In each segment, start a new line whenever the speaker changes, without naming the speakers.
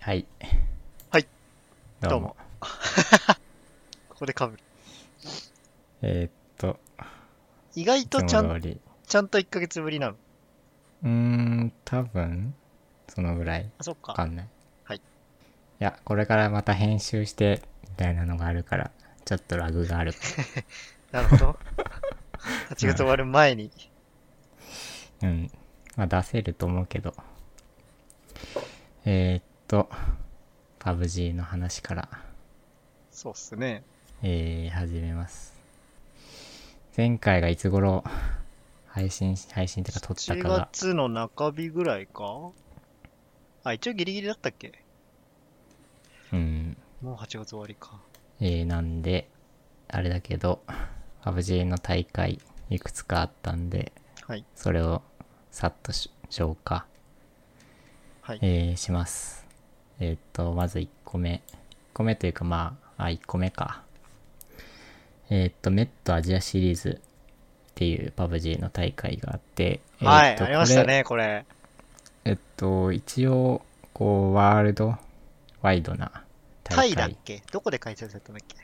はい。
はい。
ど
ど
う
う
も
も。ここでかぶる。
えーっと、
意外と
い
ち
つ
ゃ
も通
ん、
り。
ちゃんと1ヶ月ぶりなの。
うーん、多分、そのぐらい。
あ、そっ
わか
か。
んない。
はい
いや、これからまた編集して、みたいなのがあるから、ちょっとラグがある。
なる ほど。8月終わる前に。
うん。まあ、出せると思うけど。えーっと、パブ G の話から、
そうっすね。
えー、始めます。前回がいつ頃、配信し、配信っていうか撮った
10
かが、
月の中日ぐらいかあ、一応ギリギリだったっけ
うん、
もう8月終わりか。
えーなんで、あれだけど、パブ G の大会いくつかあったんで、
はい。
それをさっとし消化、
はい
えーします。えーっと、まず1個目。1個目というかまあ、あ、1個目か。えーっと、メットアジアシリーズっていうパブ G の大会があって、え
は
ーっ
い、
と
ありました。
これ
ね、これ。
えーっと、一応、こう、ワールドワイドな
タ
大
イ
会。
だっけどこで開催されたんだっけ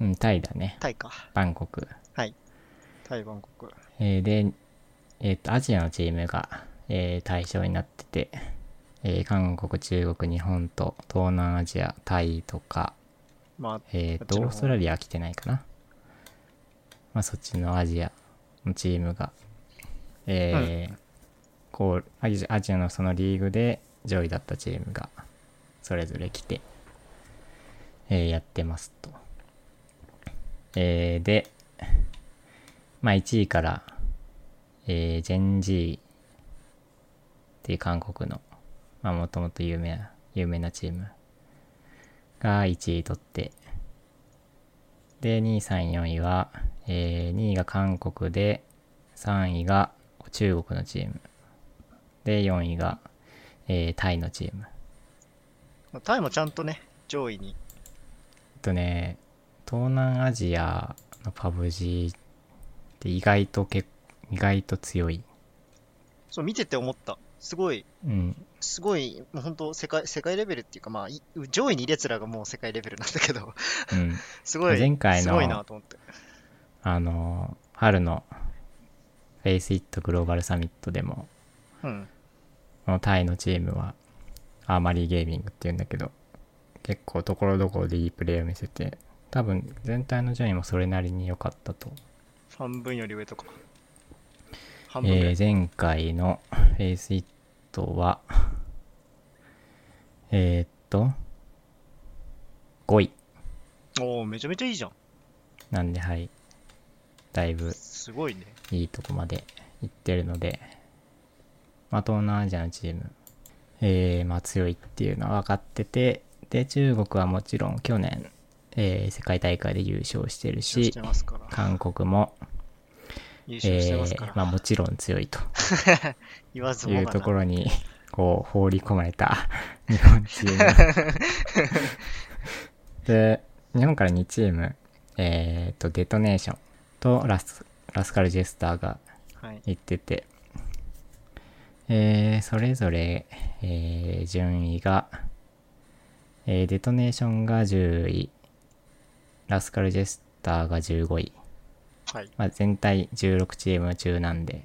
うん、タイだね。
タイか。
バンコク。
タイ、バンコク。
えーで、えーと、アジアのチームが、えー対象になってて、えー韓国、中国、日本と、東南アジア、タイとか、
まあ、
えー
こっち
と、
の方
オーストラリアは来てないかな。まあ、そっちのアジアのチームが、えーこうアジ、アジアのそのリーグで上位だったチームが、それぞれ来て、えーやってますと。えーで、まあ、1位から、えージェンジーっていう韓国の、まあ、もともと有名な、有名なチームが1位取って、で、2位、3位、4位は、え2位が韓国で、3位が中国のチーム。で、4位が、えータイのチーム。
まあタイもちゃんとね、上位に。
えっとね、東南アジアのパブ G って意外と結意外と強い。
そう、見てて思った。すごい、
うん。
すごい、もう本当世界、世界レベルっていうか、まあ、い上位に列らがもう世界レベルなんだけど、
うん。
すごい、
前回の
すごいなと思って。
あのー、春のフェイスイットグローバルサミットでも、
うん。
このタイのチームはアーマリーゲーミングっていうんだけど結構ところどころでいいプレーを見せて多分全体の順位もそれなりに良かったと、
半分より上とか。半分ぐら
え
い。
ー前回のフェイスイットはえーっと5位
おおめちゃめちゃいいじゃん。
なんではいだいぶ
すごいね。
いいとこまで行ってるので、まあ、東南アジアのチーム、えーまあ、強いっていうのは分かっててで中国はもちろん去年、えー世界大会で優勝してる
優勝し
して
ますから。
韓国も、
優勝して
え
ますから。
ーまあ、もちろん強いと
言わずも
い
が
う
な。
ところ にこう放り込まれた 日本チーム で日本から2チーム、えー、とデトネーションとラスラスカルジェスターが
はい。
行ってて、えーそれぞれ、えー順位が、えーデトネーションが10位、ラスカルジェスターが15位、
はい。
まあ、全体16チーム中なんで、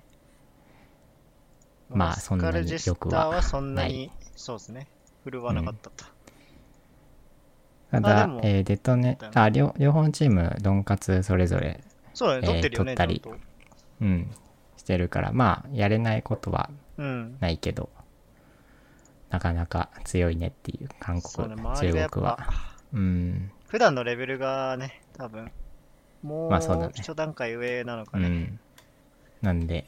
まあそんなによくは
スカルジェスターはそんな
な
に
い、
そうですね。振るわなかったと。
た
あ
だ
でも、
えーデトネ、あ、両両方のチーム、ドンカツそれぞれ、
そうだね、取ってるよね、
えー取っ
ちゃんと。
うん、してるから、まあ、やれないことは
うん。
ないけど、なかなか強いねっていう、韓
そう
国、
ね、周りがや
中
っ
国は。
ぱ。
うん、
普段のレベルがね、多分も
まあそうだ
う
ね
一段階上なのか
う
ね。
ん。なんで、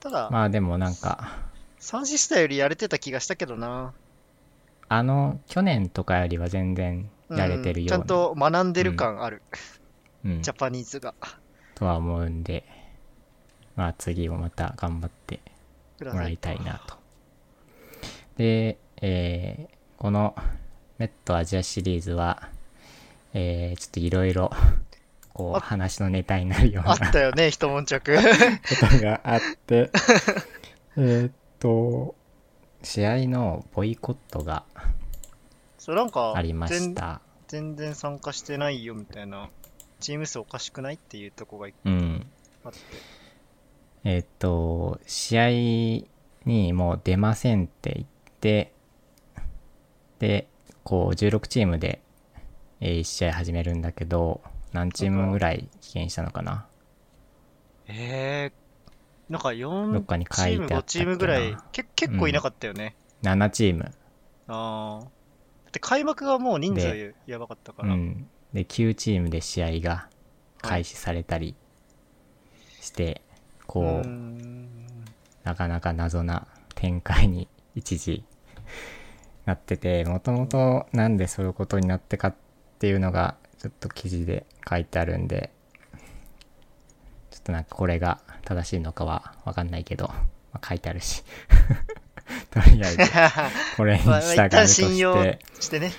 ただ、
まあでもなんか、
三シスターよりやれてた気がしたけどな。
あの、去年とかよりは全然やれてる
うんちゃ
ような、
んと学んでる感ある、
うん、
ジャパニーズが。
とは思うんで、まあ次もまた頑張って
くだ
も
さ
らいたいなと。で、えーこのメットアジアシリーズは、えーちょっといろいろ、こ
あ
う、話のネタになるよう
あ
な
ったよね、一悶 着。
ことがあって えーっと試合のボイコットが
そう、なんか
ありまし
全、
た。
全然参加してないよみたいな、チーム数おかしくないっていうとこが
うん。
あって、
えっと、試合にもう出ませんって言って、で、こう16チームで、え1試合始めるんだけど、何チームぐらい棄権したのかな
えー、なんか
ど
4
っかに
チ
書い
ー
てあったっけ
ム、
な
5チームぐらい、け結構いなかったよね。
?7 チーム。
ああ。だって開幕がもう人数やばかったか
う
ら。
ん。で、9チームで試合が開始されたりして、
う
こう、
ん。
なかなか謎な展開に一時なっててもともとなんでそういうことになってかっていうのがちょっと記事で書いてあるんでちょっとなんかこれが正しいのかはわかんないけど、まあ書いてあるし とりあえずこれに
まあ、
従う
一
と
旦信
し
用
て
してね。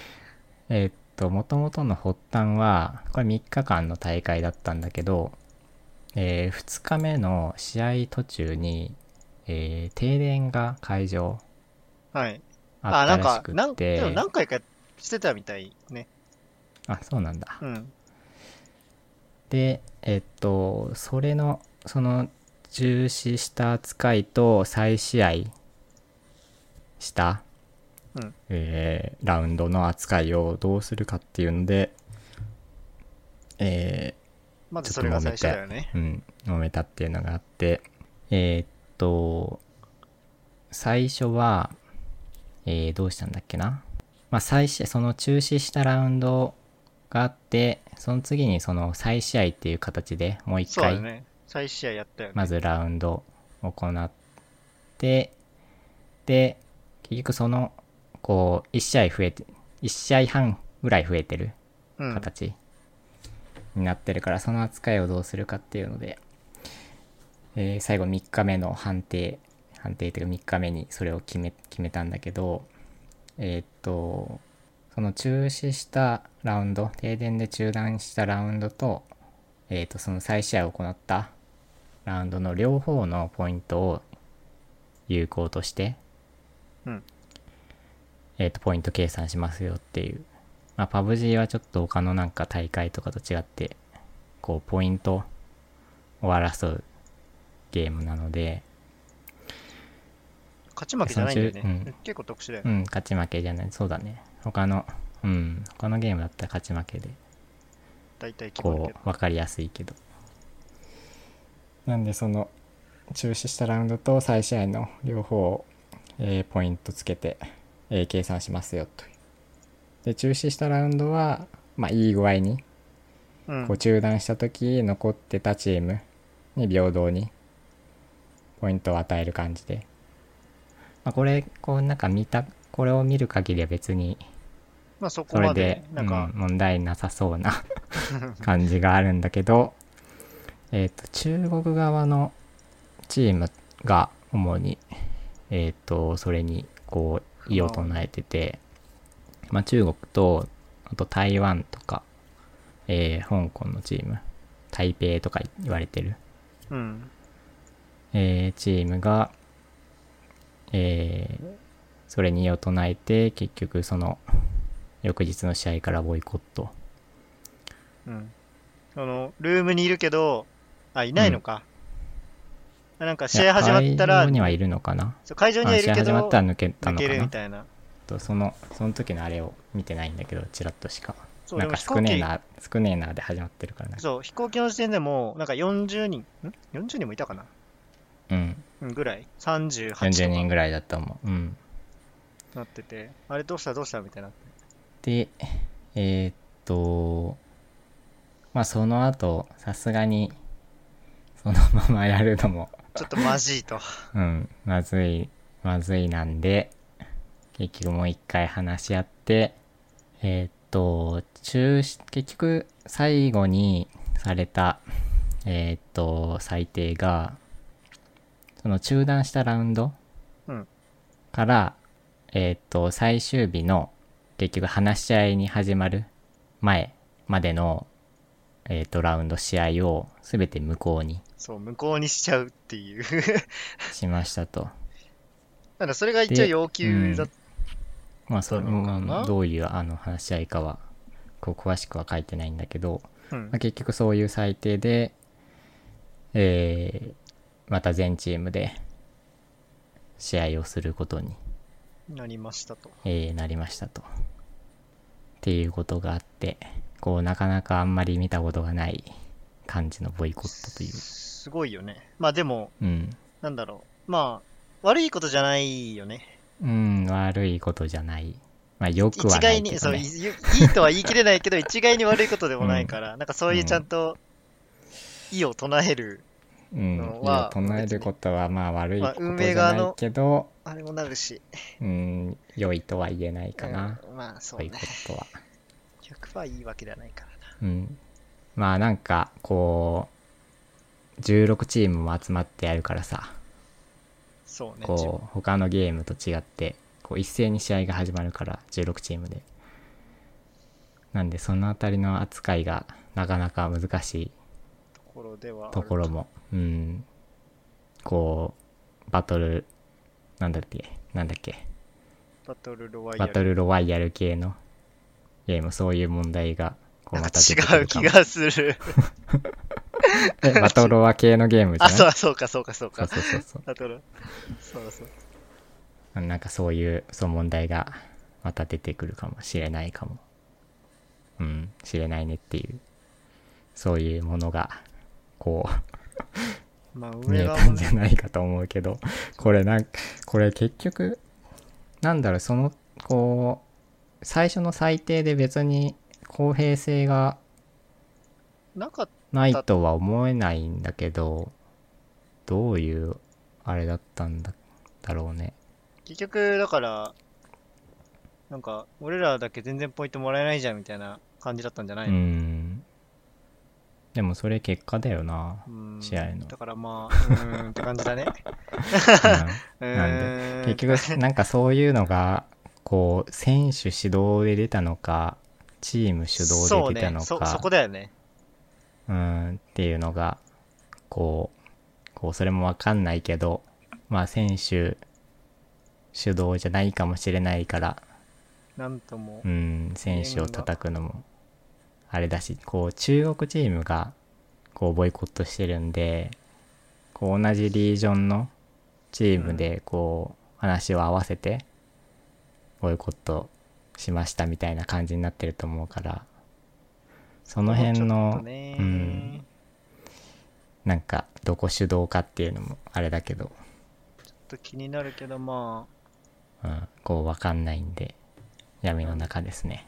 えーっと、もともとの発端は、これ3日間の大会だったんだけど、え2日目の試合途中に、えー停電が会場
はい。
あった
なん
らし
か、
く
なん
て
でも、何回かしてたみたいね。
あ、そうなんだ。
うん。
で、えーっと、それの、その、中止した扱いと再試合した、
うん
えーラウンドの扱いをどうするかっていうので、えー
まずそれが最初だよね。
うん、揉めたっていうのがあって、えーっと、最初は、えーどうしたんだっけな。まあ、再試合、その中止したラウンドがあって、その次にその再試合っていう形でもう一
そうだ
回、
ね。再試合やったよね。
まずラウンドを行って、で、結局その、こう、1試合増えて、1試合半ぐらい増えてる
うん。
形になってるから、その扱いをどうするかっていうので、えー最後3日目の判定判定というか3日目にそれを決め決めたんだけどえーっとその中止したラウンド停電で中断したラウンドと,、えーっとその再試合を行ったラウンドの両方のポイントを有効として、
うん
えーっとポイント計算しますよっていうまあ、パブ G はちょっと他のなんか大会とかと違って、こう、ポイントを争うゲームなので、
勝ち負けじゃないんだよね。
その中うん
結構特殊だよ
う
ね。
ん、勝ち負けじゃない、そうだね。他の、うん、他のゲームだったら勝ち負けで、
大体決まる
こ
けど。
う、わかりやすいけど。なんで、その、中止したラウンドと再試合の両方を、えーポイントつけて、えー計算しますよ、という。で、中止したラウンドは、まあ、いい具合に、
うん
こう。中断した時残ってたチームに平等にポイントを与える感じで、まあ、これこうなんか見たこれを見る限りは別に
まあそこ
それ
ま
で
で、、なんか、
うん問題なさそうな 感じがあるんだけどえっと中国側のチームが主にえっ、とそれにこう異を唱えてて、まあ、中国とあと台湾とか、えー香港のチーム台北とか言われてる、
うん。
えーチームが、えーそれに異を唱えて結局その翌日の試合からボイコット
うん。その、ルームにいるけど、あ、いないのか。あなんか試合始まった
いや
ら
会場、にはいるのかな
そう会場にはいるけ
あ試合始ま
ど
っ、たら抜けた
抜
の
け
か
る
な
みたいな。
とそのその時のあれを見てないんだけどチラッとしか
そう、
な
で
ん
も
か
飛
少
行
ねえ
機、
な少ねえなで始まってるからな
そう、飛行機の時点でもう、なんか40人、ん ?40 人もいたかな
うん
うんぐらい。38とか
40人ぐらいだと思ううん
なってて、あれどうしたどうしたみたいな。
でえーっとまあその後さすがにそのままやるのも
ちょっとマジいと。
うん、まずい、まずいなんで、結局もう一回話し合って、えーっと、中止、結局最後にされた、えーっと、裁定が、その中断したラウンド
うん
から、えーっと、最終日の、結局話し合いに始まる前までの、えーっと、ラウンド試合をすべて無効に
そう、無効にしちゃうっていう。
しましたと。
なんだ、それが一応
で
要求だっ
まあそ
なのかな
のどういうあの話し合いかはこう詳しくは書いてないんだけど、
うん
まあ、結局そういう裁定で、えーまた全チームで試合をすることに、
なりましたと。
えーなりましたと。っていうことがあってこうなかなかあんまり見たことがない感じのボイコットという。
すごいよね。まあでも、
うん
なんだろう。まあ、悪いことじゃないよね。
うん、悪いことじゃない。まあ、よくは
一
ない
概
けど、ね。
に、そう、いいいい とは言い切れないけど、一概に悪いことでもないから、なんかそういうちゃんと、意を唱える、
うん、
の
いや
は
唱えることはまあ悪いことじゃないけど、
あれもなるし。
うん、良いとは言えないかな、
うんまあそう
そういう
ね
こ。とは。
100%いいわけではないからな。
うん。まあなんか、こう、16チームも集まってやるからさ、
そうね。
こう、他のゲームと違って、こう、一斉に試合が始まるから、16チームで。なんで、そのあたりの扱いがなかなか難しい
ところではある
ところも、うん、こう、バトル、なんだっけ、なんだっけ、
バトルロワイヤ
バ
ル。
トルロワイヤル系のゲーム、そういう問題が、こう、
なん
ま
か
た出てく
違う
るか
気
も。
がする。
え バトロワ系のゲームじゃ
あ、
ん
そうそうか、そうか、そう
そう
か。
そうそうそ
バトル。そうそう。
う。なんかそういう、そう問題が、また出てくるかもしれないかも。うん、知れないねっていう、そういうものが、こう、
まあ、
見
上
え
側
た
も
んじ
ね。
ゃないかと思うけどこれなんこれ結局なんだろうそのこう最初の最低で別に公平性が
なかっ
ないとは思えないんだけどどういうあれだったんだだろうね
結局、だから、なんか、俺らだけ全然ポイントもらえないじゃんみたいな感じだったんじゃな
う
いの、、
んでもそれ結果だよな
うん、
試合の
だからまあ、うーんって感 じだね。
う
う
なんで
ーん
ん、結局なんかそういうのがこう選手主導で出たのかチーム主導
そう
で出た
ね
のか
そ、そこだよね。
うーんっていうのがこうこうそれもわかんないけどまあ選手主導じゃないかもしれないから
なんとも
う。ん選手を叩くのもあれだしこう中国チームがこうボイコットしてるんでこう同じリージョンのチームでこう話を合わせてボイコットしましたみたいな感じになってると思うからその辺
もうちょ
の
っとね
うんなんかどこ主導かっていうのもあれだけど、
ちょっと気になるけど、まあ、
うん、こうわかんないんで闇の中ですね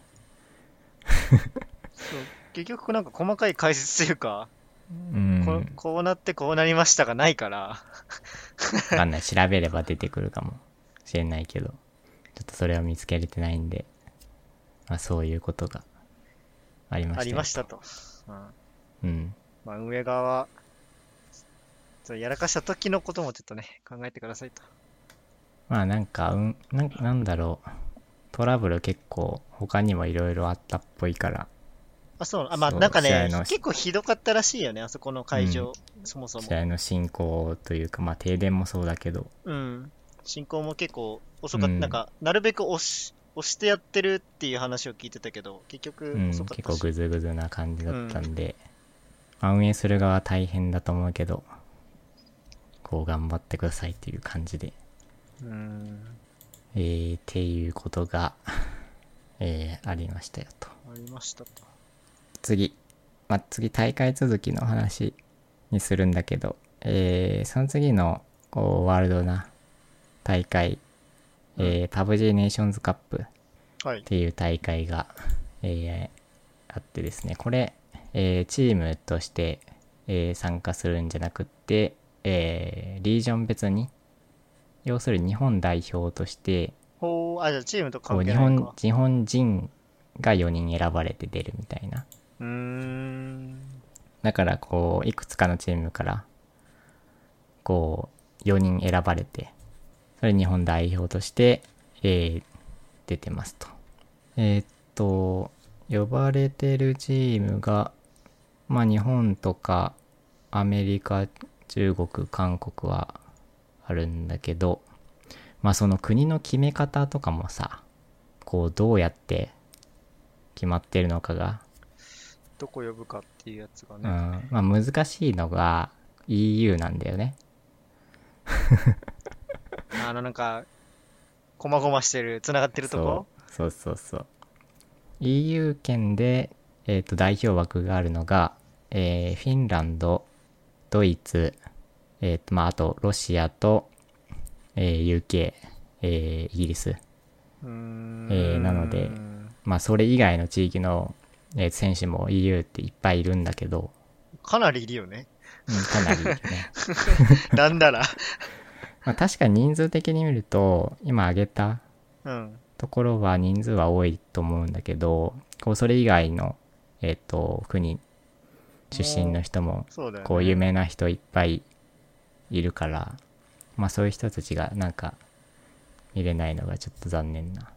そう結局なんか細かい解説というか、
う
こ
ん
こうなってこうなりましたがないから、
わかんない調べれば出てくるかもしれないけどちょっとそれを見つけれてないんで、まあ、そういうことがありました
ありま
し
したと。うん、
うん
まあ、上側、そうやらかした時のこともちょっとね、考えてくださいと。
まあなんか、うん、なんなんだろうトラブル結構他にもいろいろあったっぽいから
あ、そう、あ、まあ、
そう
なんか
試合
ね
の、
結構ひどかったらしいよね、あそこの会場、そもそも
試。合の進行というかまあ停電もそうだけど
うん。進行も結構遅かった、
うん
なんか、なるべく押し、押してやってるっていう話を聞いてたけど、結局
うん、
遅
結
かった
構グ
し、
ズグズな感じだったんで、まあ運営する側は大変だと思うけどこう頑張ってくださいっていう感じで、
うん、
えー、っていうことが、 えーありましたよと
ありましたと。
次、まあ、次大会続きの話にするんだけど、えーその次のこうワールドな大会、えー、PUBG ネーションズカップ
はい
っ。ていう大会が、えーあってですねこれ、えーチームとして、えー参加するんじゃなくって、えーリージョン別に要するに日本代表として
ほう、あ、じゃあチームと
こ
関
う日
係ない
本
か。
日本人が4人選ばれて出るみたいな
うーん。
だからこういくつかのチームからこう4人選ばれてそれ日本代表として、えー出てますとえーっと呼ばれてるチームがまあ日本とかアメリカ中国韓国はあるんだけどまあその国の決め方とかもさこうどうやって決まってるのかが、
どこ呼ぶかっていうやつが
う
ね。
んまあ、難しいのが EU なんだよね。
あの、なんか、こまごましてる、繋がってるとこ
そうそうそうそう EU 圏で、えー、と代表枠があるのが、えーフィンランドドイツ、えーとまあ、あとロシアと、えー UK、えーイギリス、
うーん
えーなのでまあ、それ以外の地域の、えー選手も EU っていっぱいいるんだけど、
かなりいるよね。
うんかなりいるね、
なんだら。
まあ、確かに人数的に見ると今挙げた
うん。
ところは人数は多いと思うんだけどこうそれ以外の、えっと国出身の人も
そうだよね。
こう有名な人いっぱいいるから、まあ、そういう人たちがなんか見れないのがちょっと残念な、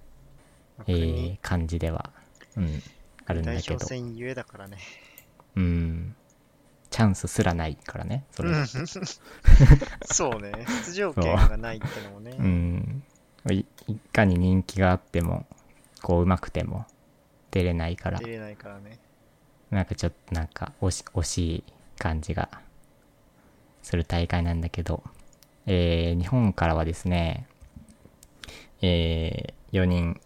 え
国
ー感じでは、うん、あるん
代
だけ
表
ど、
戦ゆえ だからね。
うん、チャンスすらないからねそれ、
う
うん
そうね。出場権がないってのもね。
ん、いいかに人気があってもこううまくても出れないから
出れないからね。
なんかちょっとなんか惜し惜しい感じがする大会なんだけど、えー日本からはですね、え4人、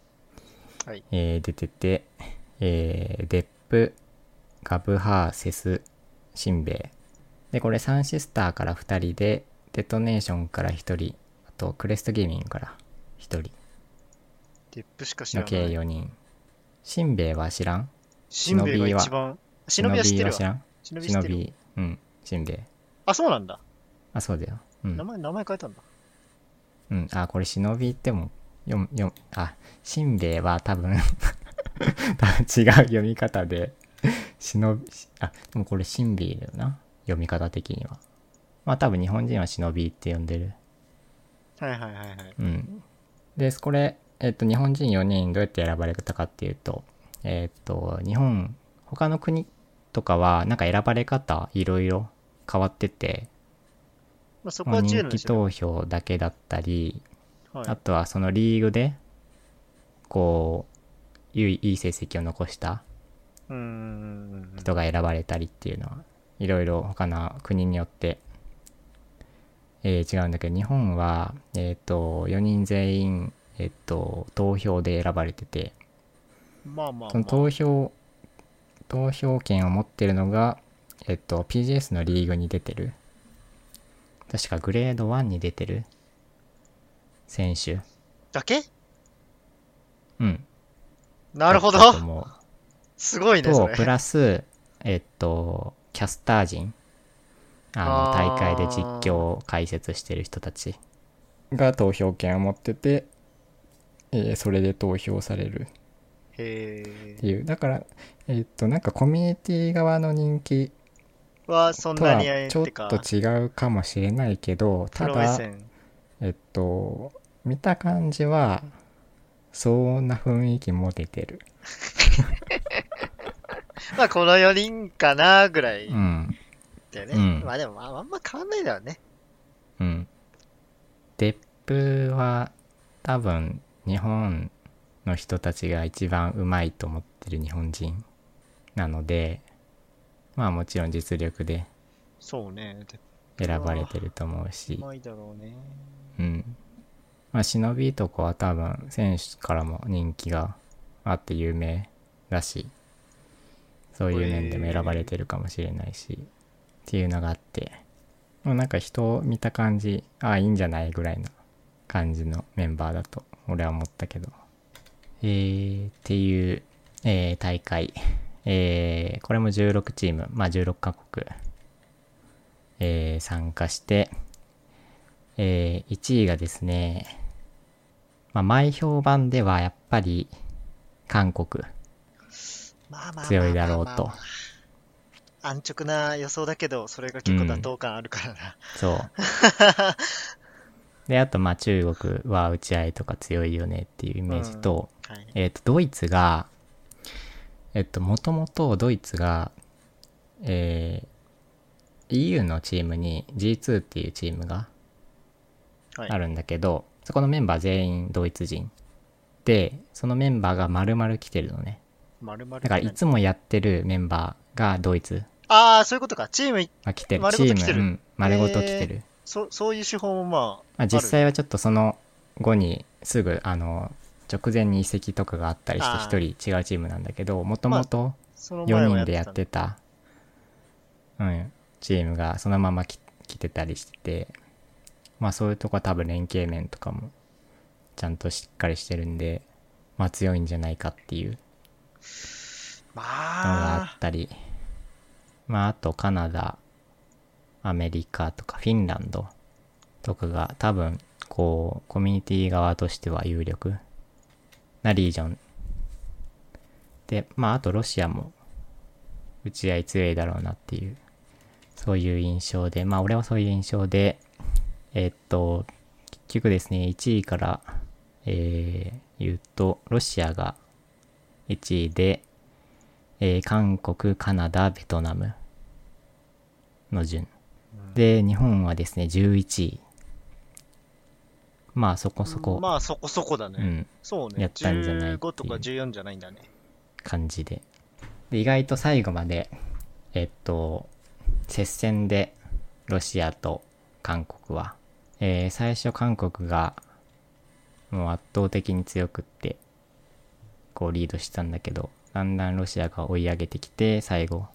はい
えー出てて、えーデップ、ガブハーセス、シンベイ。で、これサンシスターから2人で、デトネーションから1人、あとクレストゲーミングから1人
デップしか知ら
の
な
計
い。
4人。シンベイは知らん
シンベが一番。忍びは知ってる
忍びは知
わ。
らん
忍び知
忍
ってる。
び、うん、しんべヱ
あ、そうなんだ。
あ、そうだよ。う
名
ん。
前、名前変えたんだ。
うん、あ、これ忍びっても、読む、読む、あ、しんべヱは多分、 多分違う読み方で、忍び、あ、でもこれしんべヱだよな。読み方的には。まあ多分日本人は忍びって呼んでる。
はいはいはいはい。
うん。で、これ、えっと、日本人4人どうやって選ばれたかっていうと、えっと、日本、他の国とかは、なんか選ばれ方、いろいろ変わってて、
まあ、そこ
まあ
は自由
人
なんで
気
すよ
投票だけだったり、
ね。は
あ
い。
とはそのリーグでこういいいい成績を残した
うーん。
人が選ばれたりっていうのはいろいろ他の国によって、えー違うんだけど日本は、えー、と4人全員、えー、と投票で選ばれてて
まあまあ
そ
ま
の
あ。
投票投票権を持ってるのが、えっと PGS のリーグに出てる確かグレード1に出てる選手
だけ
うん
なるほど
だ。ったと思う
すごいね、そ
と
れ。
プラスえっとキャスター陣あ
あー
の大会で実況解説してる人たちが投票権を持ってて、えーそれで投票される
へ
っていうだからえっとなんかコミュニティ側の人気
ー。は、そん
とは
なにえ
ちょ
っ
って
か。
と違うかもしれないけど
プ
た
ロ目
だ
線。
えっと見た感じはそんな雰囲気も出てる
まあ、この4人かな、ぐらい
うん
だよね。
うん
まあ、でも、まあ、あんま変わんないだろうね。
うん。デップは多分日本の人たちが一番うまいと思ってる日本人なのでまあもちろん実力で
そうね。
選ばれてると思う
う
し、
まいだろうね。
うん。まあ忍びとかは多分選手からも人気があって有名だしそういう面でも選ばれてるかもしれないし、っていうのがあってもうなんか人を見た感じああいいんじゃないぐらいの感じのメンバーだと俺は思ったけどえー、っていう、えー大会 えーこれも16チームまあ16カ国えー参加してえー1位がですね、まあ、前評判ではやっぱり韓国
まあまあまあまあまあ
強いだろうと。
安直な予想だけど、それが結構妥当感あるからな。
そう であとまあ中国は打ち合いとか強いよねっていうイメージと,、
はい。
えー、とドイツがえっともともとドイツが、えー EU のチームに G2 っていうチームが
はい
あるんだけど、そこのメンバー全員ドイツ人って、そのメンバーが丸々来てるのね。
まるま
だからい
る。
つもやってるメンバーがドイツ、
ああ、そういうことか。チーム、
まあ、来てる。
丸
チ
ごと
ー
来てる
ム、うん、丸ごと来てる。
そそういう手法もまあ、
まあ、実際はちょっとその後にすぐあの直前に移籍とかがあったりして
あー
1人違うチームなんだけどもともと
その前
4
は
人でやってた、うん、チームがそのままき来てたりしててまあそういうとこは多分連携面とかもちゃんとしっかりしてるんで、まあ、強いんじゃないかっていう
ま
のがあ
あ
っ、たりまああとカナダアメリカとかフィンランドとかが多分こうコミュニティ側としては有力なリージョンでまああとロシアも打ち合い強いだろうなっていうそういう印象でまあ俺はそういう印象でえっと結局ですね1位から、えー言うとロシアが1位でえー韓国、カナダ、ベトナムの順。で、日本はですね、11位。まあ、そこそこ、
まあそこそこだね。
うん、
そうね。
やったんじゃないっていう
15とか14じゃないんだね。
感じで。で、意外と最後まで、えっと、接戦で、ロシアと韓国は。えー最初韓国が、もう圧倒的に強くって、こうリードしてたんだけど、だんだんロシアが追い上げてきて、最後、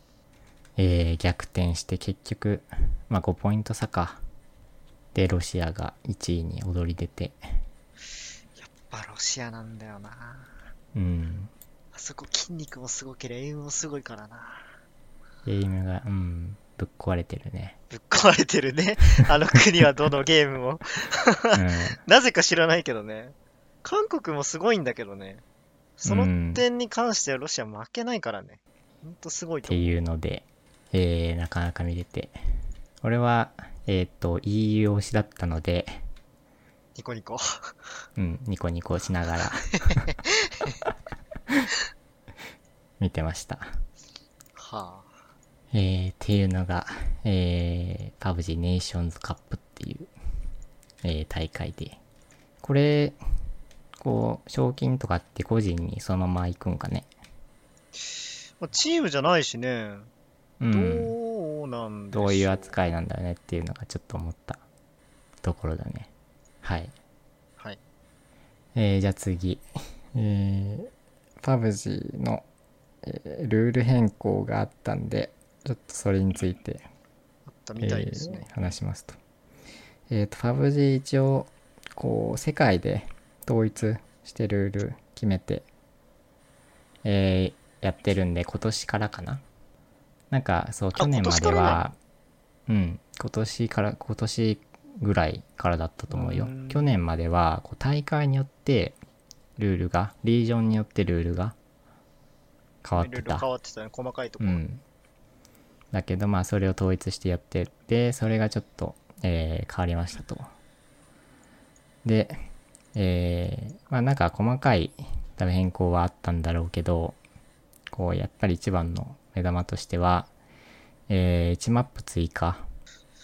えー逆転して結局、まあ5ポイント差か。で、ロシアが1位に躍り出て、
まあロシアなんだよな。
うん、
あそこ筋肉もすごければ、エイムもすごいからな。
ゲームが、うん、ぶっ壊れてるね。
ぶっ壊れてる ね。あの国はどのゲームも。
うん
なぜか知らないけどね。韓国もすごいんだけどね。その点に関してはロシア負けないからね。ほんとすごい
っ
と
て
思う。
いうので、えーなかなか見れて。俺は、えっ、と、EU 推しだったので、
ニコニコ。
うん、ニコニコしながら、 見てました。
はあ。
えーっていうのが、えー、パブジネーションズカップっていう、えー大会で。これ、こう、賞金とかって個人にそのまま行くんかね。
まあチームじゃないしね。
うん。
どうなんでしょ
どういう扱いなんだよねっていうのがちょっと思ったところだね。はい。
はい。
えーじゃあ次。えー、パブジーの、えールール変更があったんで、ちょっとそれについて、
あったみたいですね。
えー話しますと。えっ、と、パブジー一応、こう、世界で統一してルール決めて、えーやってるんで、今年からかな。なんか、そう、去年まで
今年から
は、うん、今年から、今年ぐらいからだったと思うよ
うん。
去年までは、こう大会によって、ルールが、リージョンによってルールが変わっ
ル
て
ール
た
変。わってたね。細かいとこ
う
ろ。
ん、だけどまあそれを統一してやっててそれがちょっと、えー変わりましたとでえーまあなんか細かい多分変更はあったんだろうけどこうやっぱり一番の目玉としては、え1マップ追加、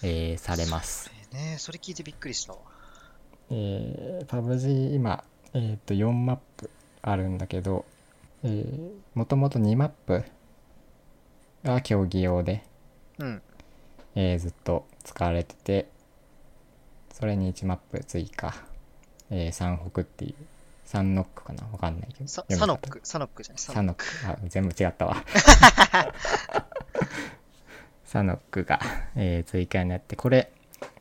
えーされます
えーねそれ聞いてびっくりしたわ。
えー、パブ G 今、えー、と4マップあるんだけど、えー、もともと2マップが競技用で、
うん。
えーずっと使われててそれに1マップ追加、えー、三北っていう三ノックかなわかんないけど
サ
読み
サ
方
ノック、サノックじゃない。サ
サノックあ全部違ったわサノックが、えー追加になってこれ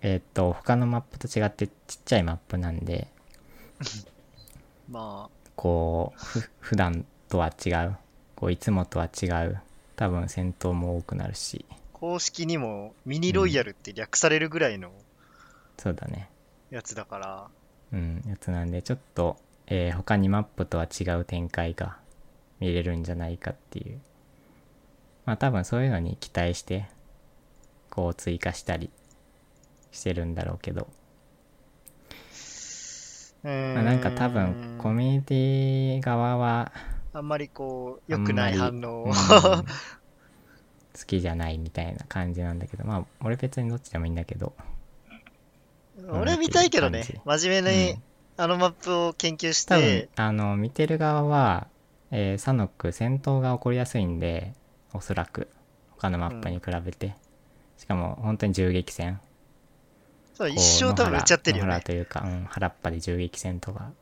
えーっと他のマップと違ってちっちゃいマップなんで
ま
こうふ普段とは違うこういつもとは違う多分戦闘も多くなるし
あ、公式にもミニロイヤルって略されるぐらいの
そうだね
やつだから、
うん、やつなんでちょっと、えー他にマップとは違う展開が見れるんじゃないかっていうまあ多分そういうのに期待してこう追加したりしてるんだろうけど、
うー
まあ、なんか多分コミュニティ側は
あんまりこう、良くない
あんま
反
り
応
う
を
ん好きじゃないみたいな感じなんだけどまあ俺別にどっちでもいいんだけど
俺見たいけど
うん
ね、真面目にあのマップを研究し
多分
て、
あの見てる側は、えーサノック戦闘が起こりやすいんでおそらく他のマップに比べて、しかも本当に銃撃戦
そう
こう
一生多分
野
売
原
っちゃってるよ
野
ね
原。というか、うん、原っぱで銃撃戦とか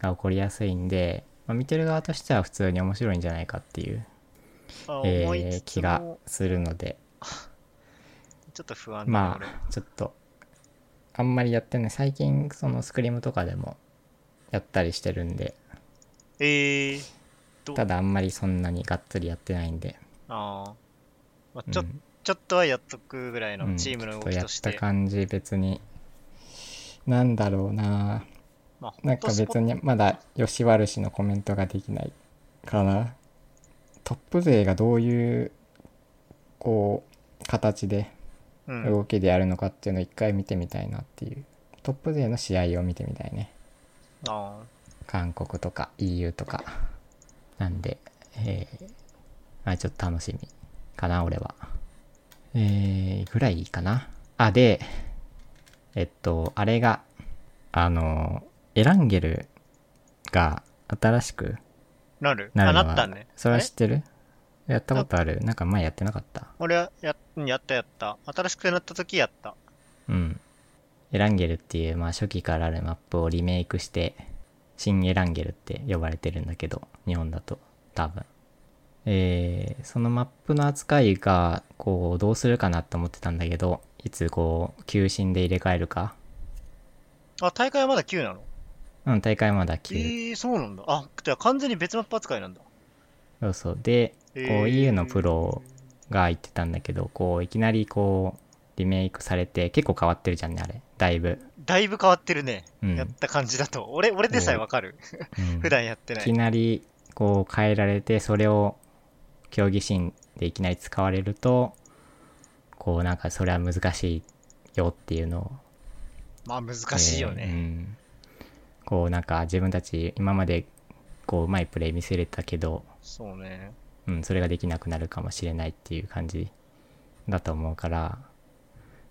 が起こりやすいんで、まあ、見てる側としては普通に面白いんじゃないかっていう、
あ
え
思い
ー
つ
気
つ
が
も、
するので
ちょっと不安だな
ま
俺
あちょっとあんまりやってない最近そのスクリームとかでもやったりしてるんで
えー、どう
ただあんまりそんなにがっつりやってないんで、
あーま
う
あ、
ん
ちょちょっとはやっとくぐらい
うん
のチームの動きとし、
ちょっとやってた感じ別になんだろうな
まあ、
なん
ホッ
か
トスポッ
別にまだ吉原氏のコメントができないかなトップ勢がどういうこう形で
うん、
動きでやるのかっていうのを一回見てみたいなっていうトップ勢の試合を見てみたいね
あ
韓国とか EU とかなんで、えーまあちょっと楽しみかな俺はえー、ぐらいかなあでえっとあれがあのエランゲルが新しく
ーなる
なるの
あ
は
なったね
それ
あ
は
れ
知ってるやったことあるなんか前やってなかった
俺はややったやった新しくなった時やった
うんエランゲルっていう、まあ、初期からあるマップをリメイクして新エランゲルって呼ばれてるんだけど日本だと多分えーそのマップの扱いがこうどうするかなと思ってたんだけどいつこう休診で入れ替えるか
あ大会はまだ9なの
うん大会まだ
え
9
ー、そうなんだあじゃあ完全に別マップ扱いなんだ
そうそうで
え
こう
ー
EU のプロが言ってたんだけどこういきなりこうリメイクされて結構変わってるじゃんねあれだいぶ、
だいぶ変わってるね、
うん
やった感じだと俺俺でさえわかる
うん
普段やってないい
きなりこう変えられてそれを競技シーンでいきなり使われるとこうなんかそれは難しいよっていうのを
まあ難しいよ
えーう
ね、
んこうなんか自分たち今までこううまいプレー見せれたけど、
そうね
うん、それができなくなるかもしれないっていう感じだと思うから、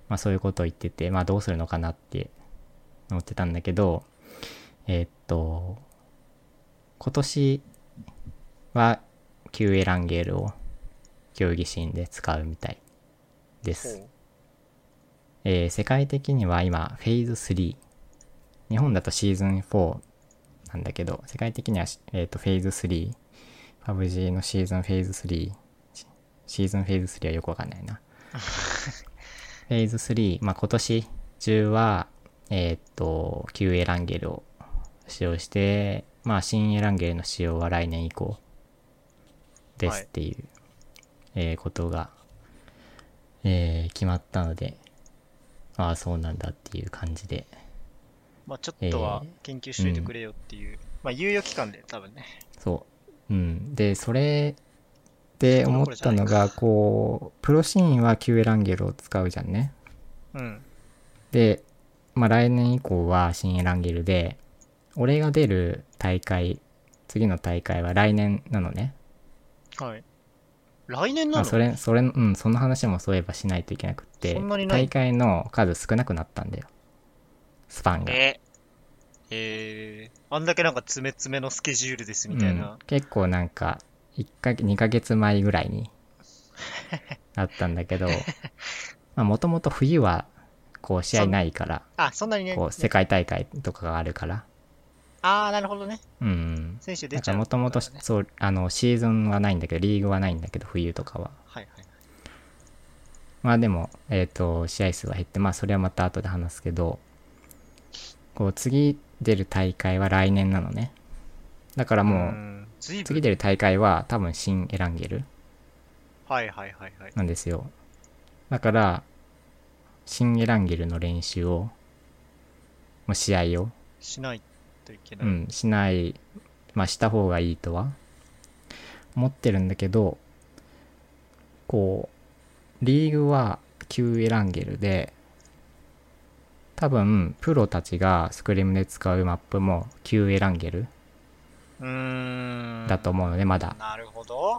まあ、そういうことを言ってて、まあ、どうするのかなって思ってたんだけどえーっと今年は旧エランゲールを競技シーンで使うみたいです、
ほ
えー世界的には今フェーズ3日本だとシーズン4なんだけど世界的にはし、えー、とフェーズ3 PUBG のシーズンフェーズ3シシーズンフェーズ3はよくわかんないなフェーズ3、まあ、今年中はえっ、と旧エランゲルを使用してまあ新エランゲルの使用は来年以降で
はい
すっていう、えーことが、えー決まったのでああそうなんだっていう感じで
うまあちょっとは
えー
研究しといてくれよっていう、まあ猶予期間で多分ね
そう。うん。で、それで思ったのが、こう、プロシーンは q エランゲルを使うじゃんね。
うん
で、まあ来年以降は新エランゲルで、俺が出る大会、次の大会は来年なのね。
はい来年
ま
な
あ
の
それ、それ、うん、その話もそういえばしないといけなくって、
そんなにない
大会の数少なくなったんだよ。スパンが。
ええー、あんだけなんか詰め詰めのスケジュールですみたいな、
うん、結構なんか1か2ヶ月前ぐらい にあったんだけどもともと冬はこう試合ないから
あそんなにね
こう世界大会とかがあるから
ああなるほどね
うん
選手出
だ
ち
か
ゃう
らもともと
からね
そうあのシーズンはないんだけどリーグはないんだけど冬とかは
はいはい
まあでもえっ、と試合数は減ってまあそれはまた後で話すけどこう次出る大会は来年なのねだからもう
次
次出る大会は多分新エランゲル
はいはいはいはい
なんですよ。だから、シンエランゲルの練習を、もう試合を、
しないといけな
う
い、
ん、しない、まあした方がいいとは、思ってるんだけど、こう、リーグは旧エランゲルで、多分、プロたちがスクリームで使うマップも旧エランゲル
うーん
だと思うので、まだ。
なるほど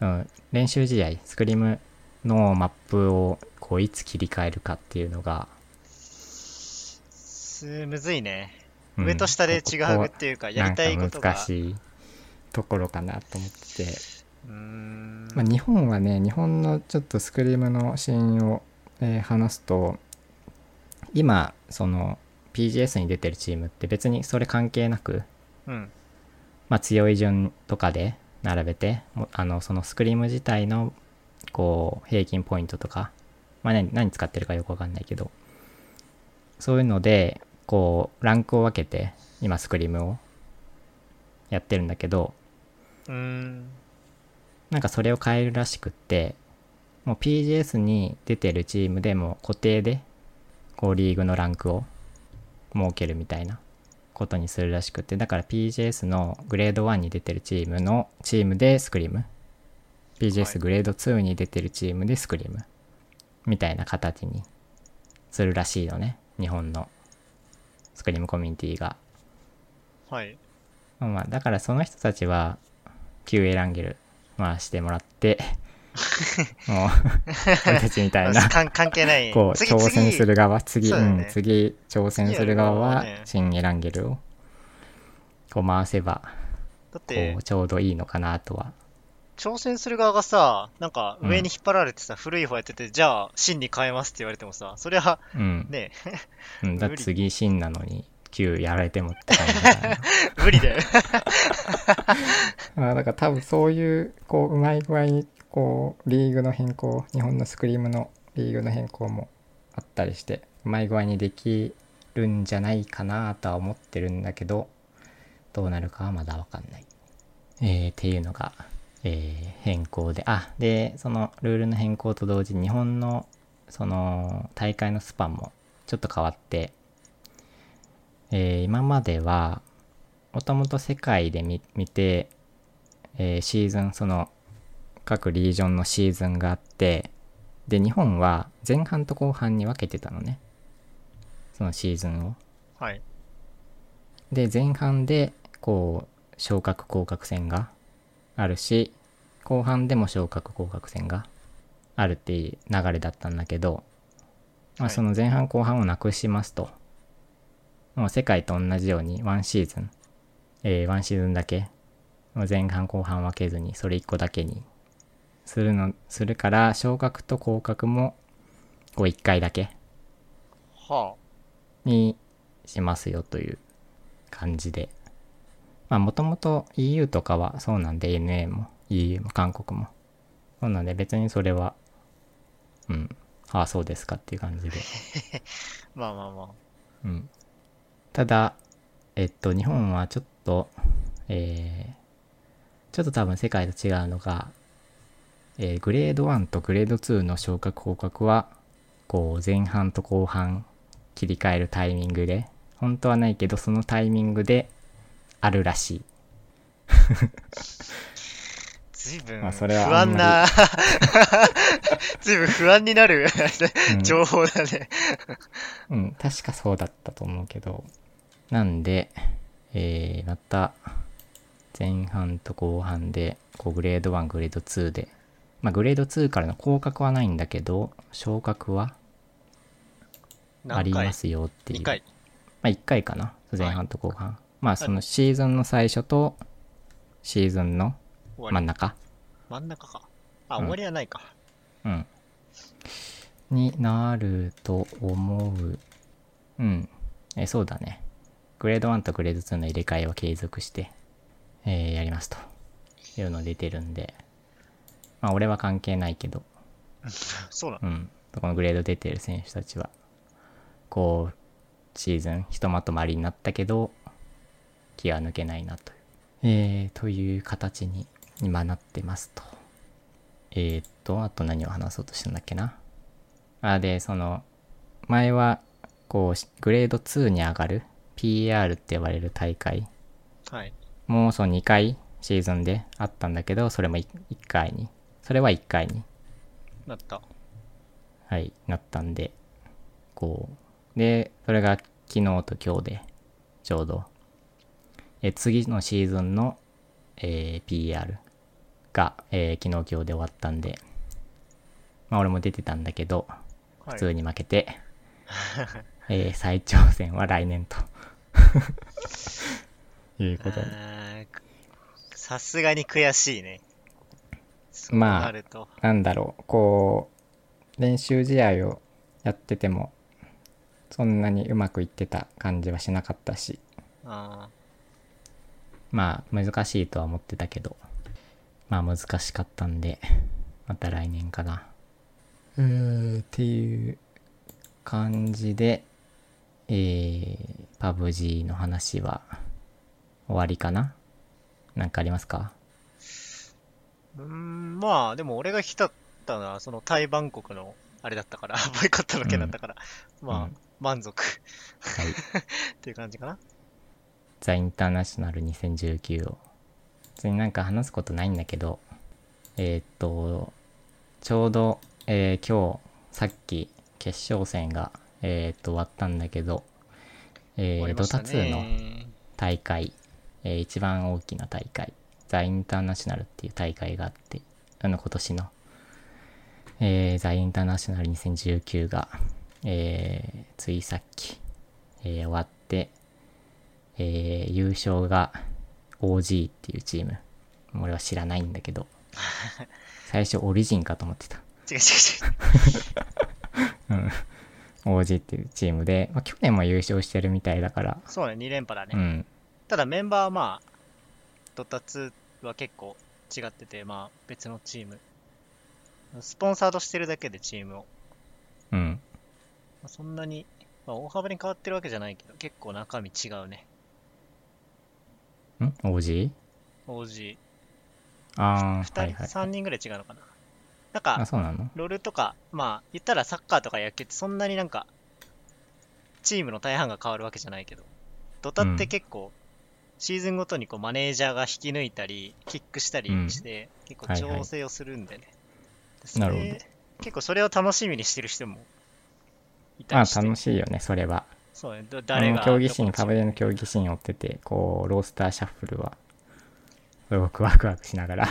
うん、練習試合スクリームのマップをこういつ切り替えるかっていうのが
すつ、むずいね。
うん
上と下で違うっていうか、やりたい
な
こ
んか
とが。
難しいところかなと思ってて、
うーん。
まあ、日本はね日本のちょっとスクリームのシーンを、えー話すと今その PGS に出てるチームって別にそれ関係なく、
うん。
まあ、強い順とかで並べてもあのそのスクリーム自体のこう平均ポイントとか、まあ、何何使ってるかよくわかんないけどそういうのでこうランクを分けて今スクリームをやってるんだけど
うーん。
なんかそれを変えるらしくってもう PGS に出てるチームでも固定でこうリーグのランクを設けるみたいなことにするらしくってだから PGS のグレード1に出てるチームのチームでスクリーム
はい
PGS グレード2に出てるチームでスクリームみたいな形にするらしいのね日本のスクリームコミュニティが
はい。
まあまあ、だからその人たちは QA ランゲル、まあ、してもら って、もう、俺たちみたいな、
関関係ない。
こう、
次
挑戦す。る側、次、
そう
う
だね
ん、次、挑戦する側は
次やる側はね、
チンエランゲルを、こう回せば、
次だっ
こ
て
う、、ちょうどいいのかなとは。
挑戦する側がさ、なんか上に引っ張られてさ、古い方やってて、じゃあ、真に変えますって言われてもさ、そりゃ、
うん。
ね、
うん、だっ
無
て
理
次、シンなのに、9やられてもって感じだから。
無理だよ。
ま あだから多分そういうこううまい具合にこうリーグの変更日本のスクリームのリーグの変更もあったりしてうまい具合にできるんじゃないかなとは思ってるんだけどどうなるかはまだわかんない、えーっていうのが、えー変更であでそのルールの変更と同時に日本のその大会のスパンもちょっと変わって、えー今まではもともと世界で見見てえーシーズンその各リージョンのシーズンがあってで日本は前半と後半に分けてたのねそのシーズンを
はい。
で前半でこう昇格降格戦があるし後半でも昇格降格戦があるっていう流れだったんだけど、ま
は
あ、
い
その前半後半をなくしますと、もう世界と同じようにワンシーズン、えーワンシーズンだけもう前半後半分けずにそれ1個だけにするのするから昇格と降格もこう1回だけ
は
にしますよという感じで。まあもともと EU とかはそうなんで NA も EU も韓国も。そうなんで別にそれは、うん、ああそうですかっていう感じで。
あ、まあまあまあ。
うん、ただ、えっと、日本はちょっと、えーちょっと多分世界と違うのが、えーグレード1とグレード2の昇格降格は、こう、前半と後半切り替えるタイミングで、本当はないけど、そのタイミングであるらしい。
随分
まあそ
不
れはあんま
安な、 随分不安になる
うん
情報だね。
うん、確かそうだったと思うけど。なんで、えーまた、前半と後半で、こう、グレード1、グレード2で、まあ、グレード2からの降格はないんだけど、昇格はありま
回
すよっていう。
?2 回。
まあ、1回かな。前半と後半。まあ、そのシーズンの最初と、シーズンの
終わり
真ん中。
真ん中か。あ、
うん
終わりはないか。
うん。になると思う。うん。え、そうだね。グレード1とグレード2の入れ替えは継続して、えーやりますと。いうの出てるんで。まあ、俺は関係ないけど、
そうなの。
うん。このグレード出てる選手たちは、こう、シーズンひとまとまりになったけど、気は抜けないなという。えーという形に今なってますと。えー、っと、あと何を話そうとしたんだっけな。あ、で、その、前は、こうし、グレード2に上がる PAR って呼ばれる大会
はい。
もうその2回シーズンであったんだけど、それも 1, 回に。それは1回に、
なった。
はい、なったんで、こう。で、それが昨日と今日で、ちょうど。え、次のシーズンの、えー PR が、えー昨日今日で終わったんで、まあ俺も出てたんだけど、
は
普
い。
通に負けて、えー再挑戦は来年と いうことで
あーさすがに悔しいね。そう
まあ
なると。
なんだろうこう練習試合をやっててもそんなにうまくいってた感じはしなかったし
あ
まあ難しいとは思ってたけどまあ難しかったんでまた来年かなうーっていう感じでえー、パブ G の話は終わりかななんかありますか
ーうーん、まあ、でも俺が来たったのは、そのタイ・バンコクのあれだったから、 ボイコットの件だったから、まあ、
うん
満足
はい
っていう感じかな。
ザ・インターナショナル2019を別になんか話すことないんだけどえーっとちょうど、えー今日さっき決勝戦が、えーっと終わったんだけど、え
終わ
ー
りま
ド
した
タ2の
ね。
大会、えー一番大きな大会ザ・インターナショナルっていう大会があってあの今年の、えーザ・インターナショナル2019が、えーついさっき、えー終わって、えー優勝が OG っていうチーム俺は知らないんだけど最初オリジンかと思ってた
違う違う違う。
OG っていうチームで、まあ、去年も優勝してるみたいだから
そうね、2連覇だね。
うん
ただメンバーはまあ、ドタツは結構違ってて、まあ別のチーム。スポンサードしてるだけでチームを。
うん
まあそんなに、まあ、大幅に変わってるわけじゃないけど、結構中身違うね。
ん OG?
OG。
ああ
二人、
はいはい
3人ぐらい違うのかな。なん
あ
か、
そうなの
ロールとか、まあ、言ったらサッカーとか野球ってそんなになんか、チームの大半が変わるわけじゃないけど、ドタって結構、シーズンごとにこうマネージャーが引き抜いたり、キックしたりして、結構
はいはい
調整をするんでね。で
なるほど
それ結構それを楽しみにしてる人もいた
あ
りして。
楽しいよねそれは
そうね、ど
あ
誰
の
が。
競技シーン
どこ
パ
の
ブ
チーム
での競技シーンを追っててこうロースターシャッフルはすごくワクワクしなが ら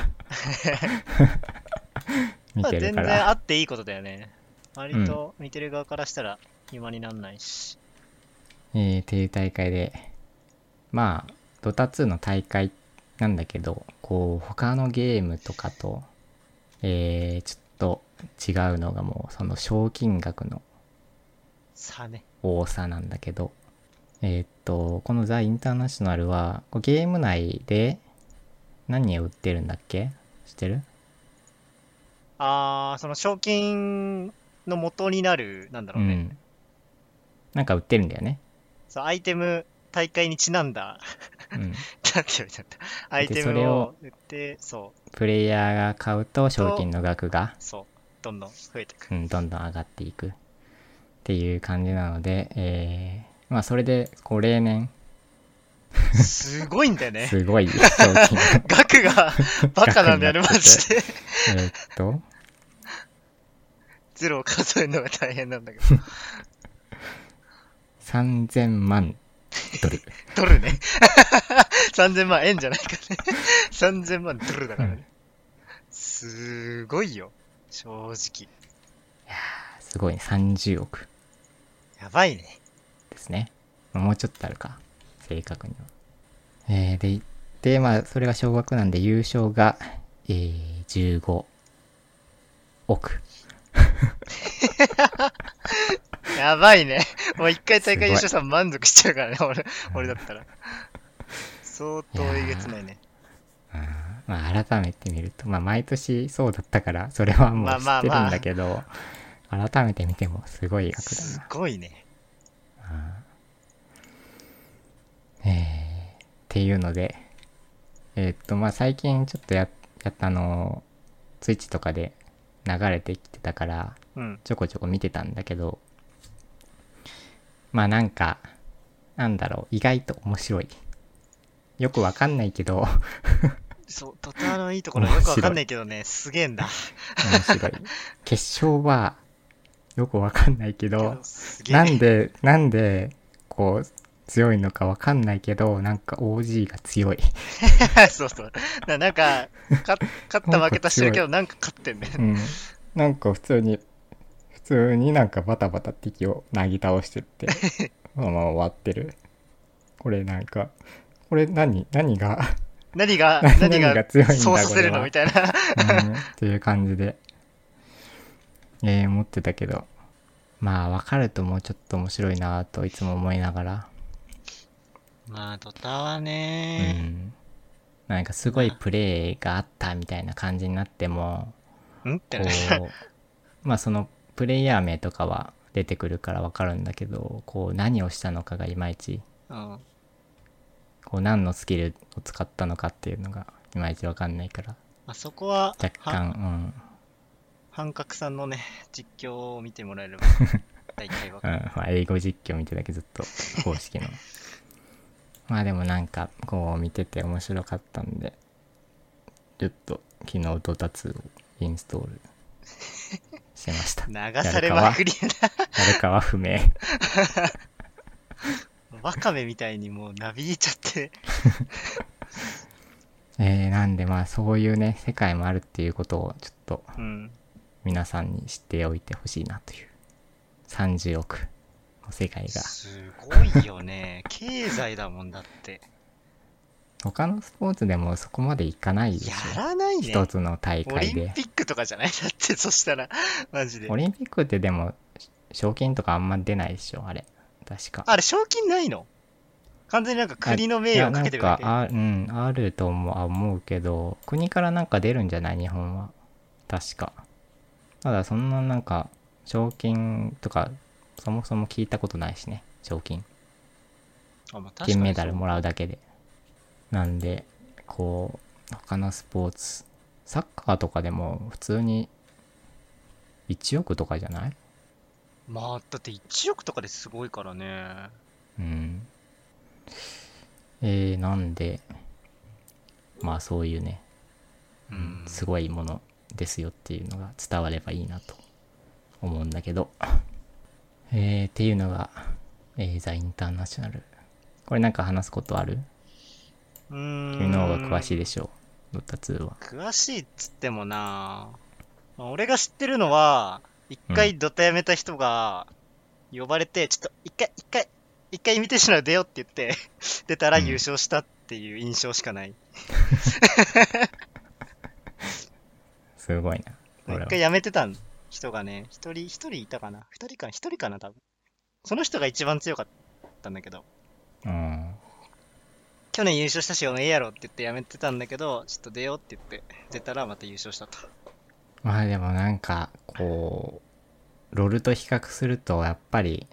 見
まあ
てる
全
か
然
ら、
あっていいことだよね。割と見てる側からしたら暇になんないし。
えーっていう大会でまあドタ2の大会なんだけどこう他のゲームとかとえーちょっと違うのがもうその賞金額の
さあね。
多さなんだけどえーっとこのザ・インターナショナルはこうゲーム内で何を売ってるんだっけ知ってる
あー、その賞金の元になる、なんだろうね。
ん、なんか売ってるんだよね、
そう、アイテム、大会にちなんだ、
うん、
なんて言われちゃった。アイテ
そ
ム
れ
を
を
売って、そう、
プレイヤーが買うと賞金の額が、
そう、どんどん増えていく
う。ん、どんどん上がっていくっていう感じなので、えーまあそれでこう例年
すごいんだよね。
すごい賞 金が
額が バカなんだよね、マ
額になって
ジで。
えーっと
ゼロを数えるのが大変なんだけど。
3000万ドル
ドルね。3000万円じゃないからね。3000万ドルだからね。すごいよ。正直。
すごいね30億
やばいね。
ですね。まあもうちょっとあるか。正確には。えーで、で、まあ、それが小学なんで優勝が、えー15億。
やばいね。 もう一回大
す
会
ごい
優勝したら満足しちゃうからね、俺俺だったら。相当えげつないね。
まあ、改めて見ると、まあ、毎年そうだったから、それはもう知
まあまあ
ってる
まあ
んだけど、改めて見てもすごい額だ
す
な。
ごいね。
えーっていうので、えーっと、まあ、最近ちょっとや、やったあの、ツイッチとかで流れてきてたから、
うん。
ちょこちょこ見てたんだけどまあなんかなんだろう意外と面白いよくわかんないけど
そう、トタのいいところはよくわかんないけどね、すげえんだ。
面 白い決勝はよくわかんないけど
すげえ。
なんでなんでこう強いのかわかんないけどなんか OG が強 い
そうそう。ななんか、か勝った負けたしてるけど、なんか勝ってんね。
うんなんか普通に普通になんかバタバタ敵をなぎ倒してって そのまま終わってるこれなんかこれ何何が、
何 が、
何
何
が
が
強いんだ
そうさせ
これ
る
は
のみたいな。
うん、っていう感じで、えー、思ってたけどまあ分かるともうちょっと面白いなといつも思いながら
まあ、ドタは
う
ね、
んなんかすごいプレイがあったみたいな感じになっても
うんって
こ
ね。
うまあそのプレイヤー名とかは出てくるから分かるんだけどこう何をしたのかがいまいち
うん。
こう何のスキルを使ったのかっていうのがいまいち分かんないから
あそこは、
若
は
干
半角さんのね、実況を見てもらえ れば、大体わ
うん、う
か
ん
る。
まあ、英語実況見てたけどずっと公式 のまあでもなんかこう見てて面白かったんでちょっと昨日ドタ2をインストールしま した
流されまくりや
誰かは不明
な。ワカメみたいにもうなびいちゃって。
えー、なんでまあそういうね世界もあるっていうことをちょっと
うん。
皆さんに知っておいてほしいなという30億の世界が
すごいよね。経済だもんだって。
他のスポーツでもそこまでいかないでし
や
ょ
らないね
一。つの大
オリ
会
ン
で
ピックとかじゃないだって、そしたら、マジで
オ。リンピックってでも賞金とかあんま出ないでしょあれ確か
あれ、賞金ないの完全になんか国の名誉をかけてるだ
い
け
や。なんかあうんあると思うあ思うけど国からなんか出るんじゃない日本は確かただそんななんか賞金とかそもそも聞いたことないしね賞金
あまあ確かに
金メダルもらうだけでなんでこう他のスポーツサッカーとかでも普通に1億とかじゃない
まあ、だって1億とかですごいからね。
うんえー、なんでまあそういうね
うん。
すごいものですよっていうのが伝わればいいなと思うんだけど、えー、っていうのが、えー、ザ・インターナショナルこれなんか話すことある
うーん。
君の方が詳しいでしょうドッタ2は
詳しいっつってもな、まあ俺が知ってるのは、一回ドタやめた人が、呼ばれて、ちょっと一回、一回、一回イミテーショナル出ようって言って、 出たら
うん
優勝したっていう印象しかない。
すごいなこれ
一
は
回やめてた人がね、一人、一人いたかな二人か、一人かな、多分。その人が一番強かったんだけど、
うん
去年優勝したし、おめえやろって言ってやめてたんだけど、ちょっと出ようって言って、出たらまた優勝したと。
まあでもなんかこうロールと比較するとやっぱり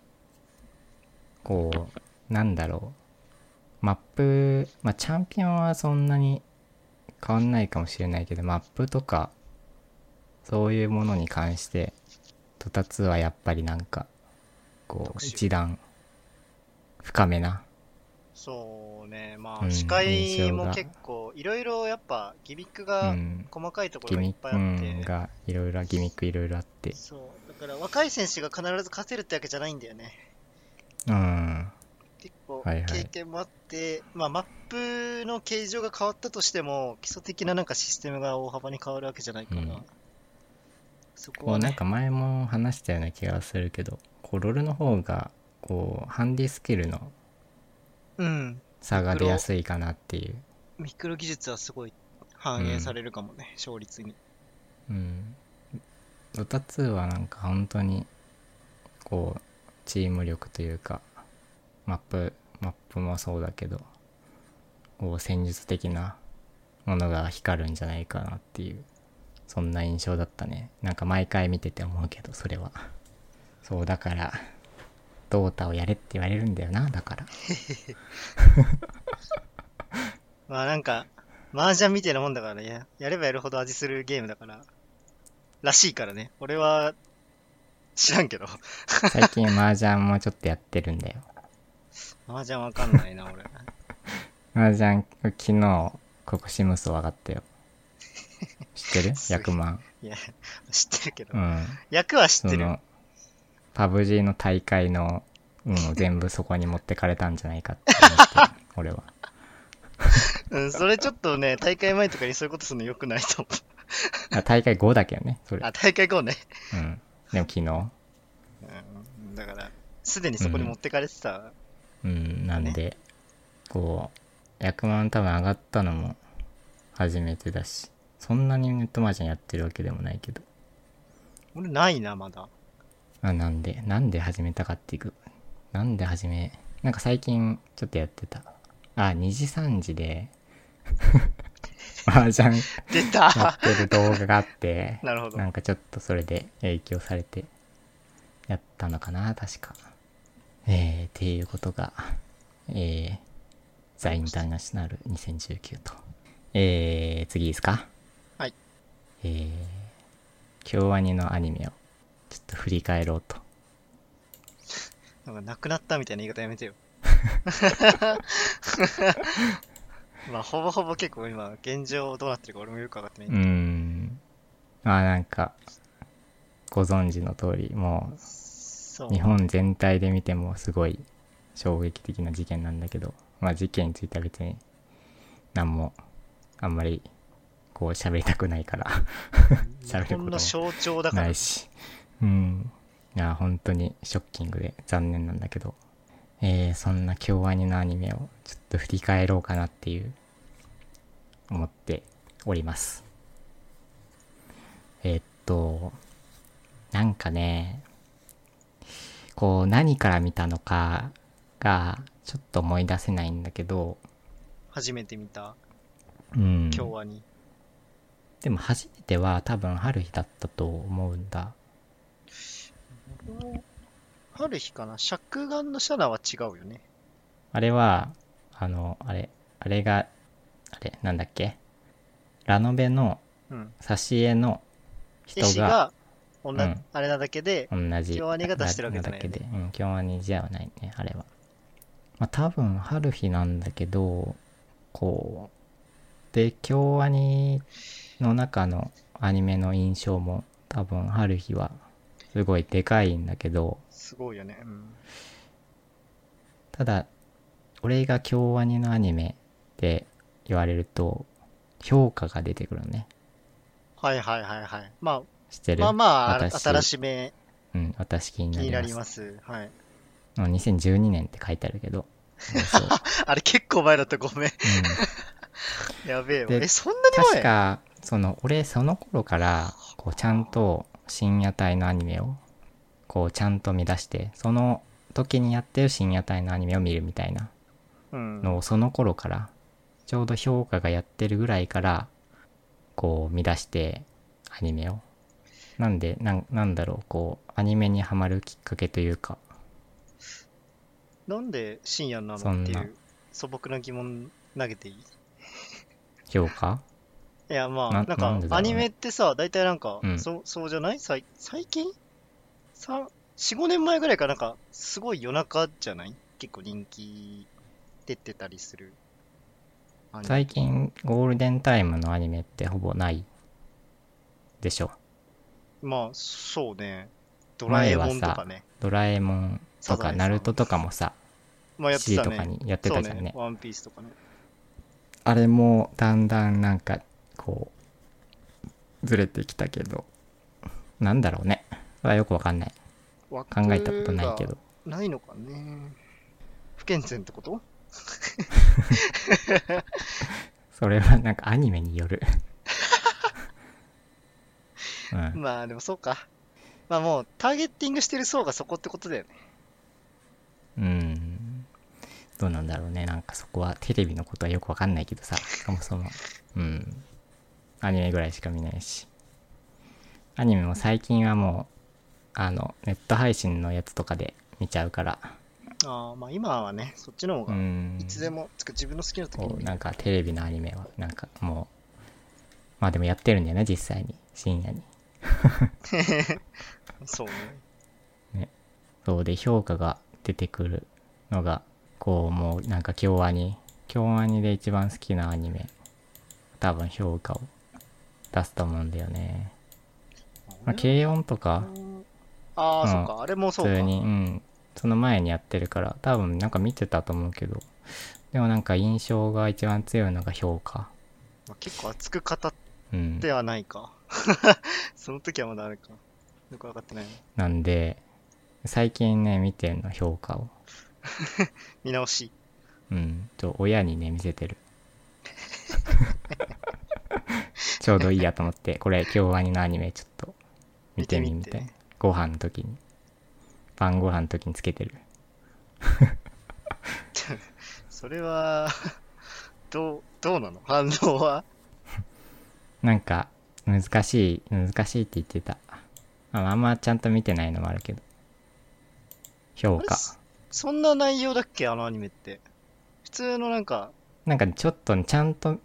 こうなんだろうマップまあチャンピオンはそんなに変わんないかもしれないけどマップとかそういうものに関してトタツはやっぱりなんかこ
特
う
殊
一段深めな
そうね、ま
う
あ、
ん
司
印
会
象
も
が
結構、いろいろやっぱ、ギミック
う
が
ん
細かいとこ
ギ
ろがいっ
ミ
ぱい
ック
あ
う
って、
んがいろいろギミックいろいろあって
そう、だから若い選手が必ず勝てるってわけじゃないんだよね。
うん
結構、
はいはい
経験もあって、まあ、マップの形状が変わったとしても、基礎的ななんかシステムが大幅に変わるわけじゃないから、
うん
そこ
こう
は
なん
ね、
か前も話したような気がするけどこうロールの方がこうハンディスキルの
うん、
差が出やすいかなっていう、
ミクロ技術はすごい反映されるかもね、勝率に。
うん、ドタ2はなんか本当にこうチーム力というかマップマップもそうだけどこう戦術的なものが光るんじゃないかなっていうそんな印象だったねなんか毎回見てて思うけどそれは そうだからドータをやれって言われるんだよなだから
まあなんか、麻雀みたいなもんだからね、ややればやるほど味するゲームだから、らしいからね。俺は、知らんけど。
最近麻雀もちょっとやってるんだよ
麻雀わかんないな、俺。
麻雀昨日ここシムソ上がったよ知 ってる
すごい
役満
いや、知ってるけど
う。ん
役は知っ
そ
てる。
のパブ G の大会の運を全部そこに持ってかれたんじゃないかって思ってる俺 は
うん、それちょっとね、大会前とかにそういうことするの良くないと思
あ大会5だけどねそれ
う。あ、大会後ね。
うんでも昨日
うんだから、すでにそこに持ってかれてた。
うん、なんで、こう、100万多分上がったのも初めてだし、そんなにネットマージャンやってるわけでもないけど、
俺ないな、まだ。
あなんで、なんで始めたかっていうなんで始め、なんか最近ちょっとやってた。あ、2時3時で、 マージャン
出
やったてる動画があって、
なるほど。
なんかちょっとそれで影響されてやったのかな、確か。えー、っていうことが、えー、ザ・インターナショナル2019と。えー、次ですか
はい。
えー、京アニのアニメをちょっと振り返ろうと。
なんか、なくなったみたいな言い方やめ てよ。まあ、ほぼほぼ結構今、現状どうなってるか俺もよくわかって
う
な
ー
い。
ん。まあなんか、ご存知の通り、も
そう。
う日本全体で見てもすごい衝撃的な事件なんだけど、まあ事件については別に何もあんまりこう喋りたくないから 喋るこ
日
と
本
も
の象徴だか
な
ら
い。し。うん。いや、本当にショッキングで残念なんだけど、えー、そんな京アニのアニメをちょっと振り返ろうかなっていう、思っております。えーっと、なんかね、こう何から見たのかがちょっと思い出せないんだけど、
初めて見た、
うん。
今日はに。
でも初めては多分春日だったと思うんだ。
春日かな尺眼のシャナは違うよね。
あれは、あの、あれ、あれが、あれ、なんだっけラノベの
うん。
挿絵の人
絵師
が
が、おな
うん
あれなだけで、
同じ。
京アニが出してるわけじゃないよ
んだっけで。うん、京アニじゃないね、あれは。まあ多分、春日なんだけど、こう、で、京アニの中のアニメの印象も多分、春日はすごいでかいんだけど、
すごいよね。うん。
ただ俺が京アニのアニメって言われると評価が出てくるのね
はいはいはいはい。ま
知って
あ、
る
まあまあ、
私
新しめ
うん私気に
気
な
に
り
な
ます
ります。はい。
あの2012年って書いてあるけどそう、
あれ結構前だった、ごめん。
う
やべえわ。
で
え、そんなに
ん、確
前
かその俺その頃からこうちゃんと深夜帯のアニメをこうちゃんと見出してその時にやってる深夜帯のアニメを見るみたいな
うん。
のをその頃からちょうど評価がやってるぐらいからこう見出してアニメをなんでなんなんだろうこうアニメにはまるきっかけというか
なんで深夜な
そん
のっ
な
ていう素朴な疑問投げていい
評価
いや、まあ、
な
なん
な
か
んで、だろう
ア
ね
ニメってさ、大体なんか、
うん
そそうじゃないさい最近 ?4、5年前ぐらいからなんか、すごい夜中じゃない結構人気出てたりする。アニメ
最近ゴールデンタイムのアニメってほぼないでしょ
まあ、そうね。ドラえもんとかね。
ドラえもんと
サザエ
か
さん
ナルトとかもさ
まあ、やって
7時
た
とか
ね。
にやって
そう
たじゃん
ね
ね。
ワンピースとかね。
あれもだんだんなんかこうずれてきたけどなんだろうねそれはよくわかんない
考
考えたことないけど。
ないのかね。不健全ってこと
それはなんかアニメによ る。うん、
まあ、でもそうか。まあもう、ターゲッティングしてる層がそこってことだよね。
うん。どうなんだろうね。なんかそこはテレビのことはよくわかんないけどさ、そもそも。うん。アニメぐらいしか見ないし。アニメも最近はもう、あの、ネット配信のやつとかで見ちゃうから。
ああ、まあ今はね、そっちの方
う
が
ん。
いつでも、つか自分の好きな時
こう
に。
なんかテレビのアニメはなんかもうまあでもやってるんだよね実際に深夜に
そうね。
そうで評価が出てくるのがこうもうなんか京アニ京アニで一番好きなアニメ多分評価を出すと思うんだよね、まあ、軽音とか
ああ、
うん
そうか。あれも
普
そうか。
通にうんその前にやってるから多分なんか見てたと思うけどでもなんか印象が一番強いのが評価
まあ結構熱く語っ
うん
ては ないか。その時はまだあれか。よくわかってないな。
なんで最近ね、見てるの、評価を。
見直し。
うん。と、親にね、見せてる。 ちょうどいいやと思って、これ、京アニのアニメ、ちょっと、見てみ、
見
み
てみて
たいな。ご飯の時に。晩ご飯の時につけてる。
それは、 どう、どうなの反応は
なんか、難しい、難しいって言ってた。まあ、あんまちゃんと見てないのもあるけど。評
あれ
価。
そんな内容だっけあのアニメって。普通のなんか、
なんかちょっとねちゃんと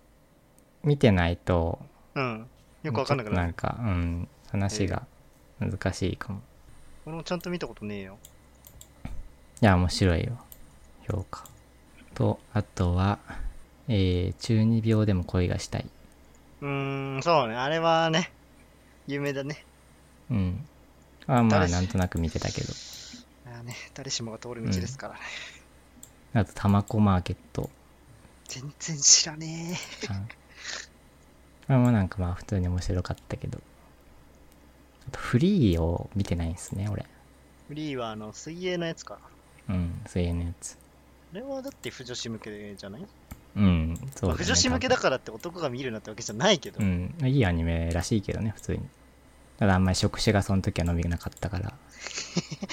見てないと、
うん。よくわかんなくなる。
ちょっとなんか、うん、話が難しいかも。
俺もちゃんと見たことねえよ。
いや、面白いよ。評価。と、あとは、えー、中二病でも恋がしたい。
うーん、そうね。あれはね、有名だね。
うん。はまあ、
誰し
なんとなく見てたけど。
あーね、誰しもが通る道ですからね。
あと、タマコマーケット。
全然知らねえ。
あこれもなんかまあ、普通に面白かったけど。あと、フリーを見てないんですね、俺。
フリーはあの、水泳のやつか。あ
うん、そういうやつ。
れはだって不女子向けじゃない、
うん、そうだ、
まあ
ね。
不女子向けだからって男が見るなってわけじゃないけど。
うん、いいアニメらしいけどね、普通に。ただあんまり触手がその時は伸びなかったから、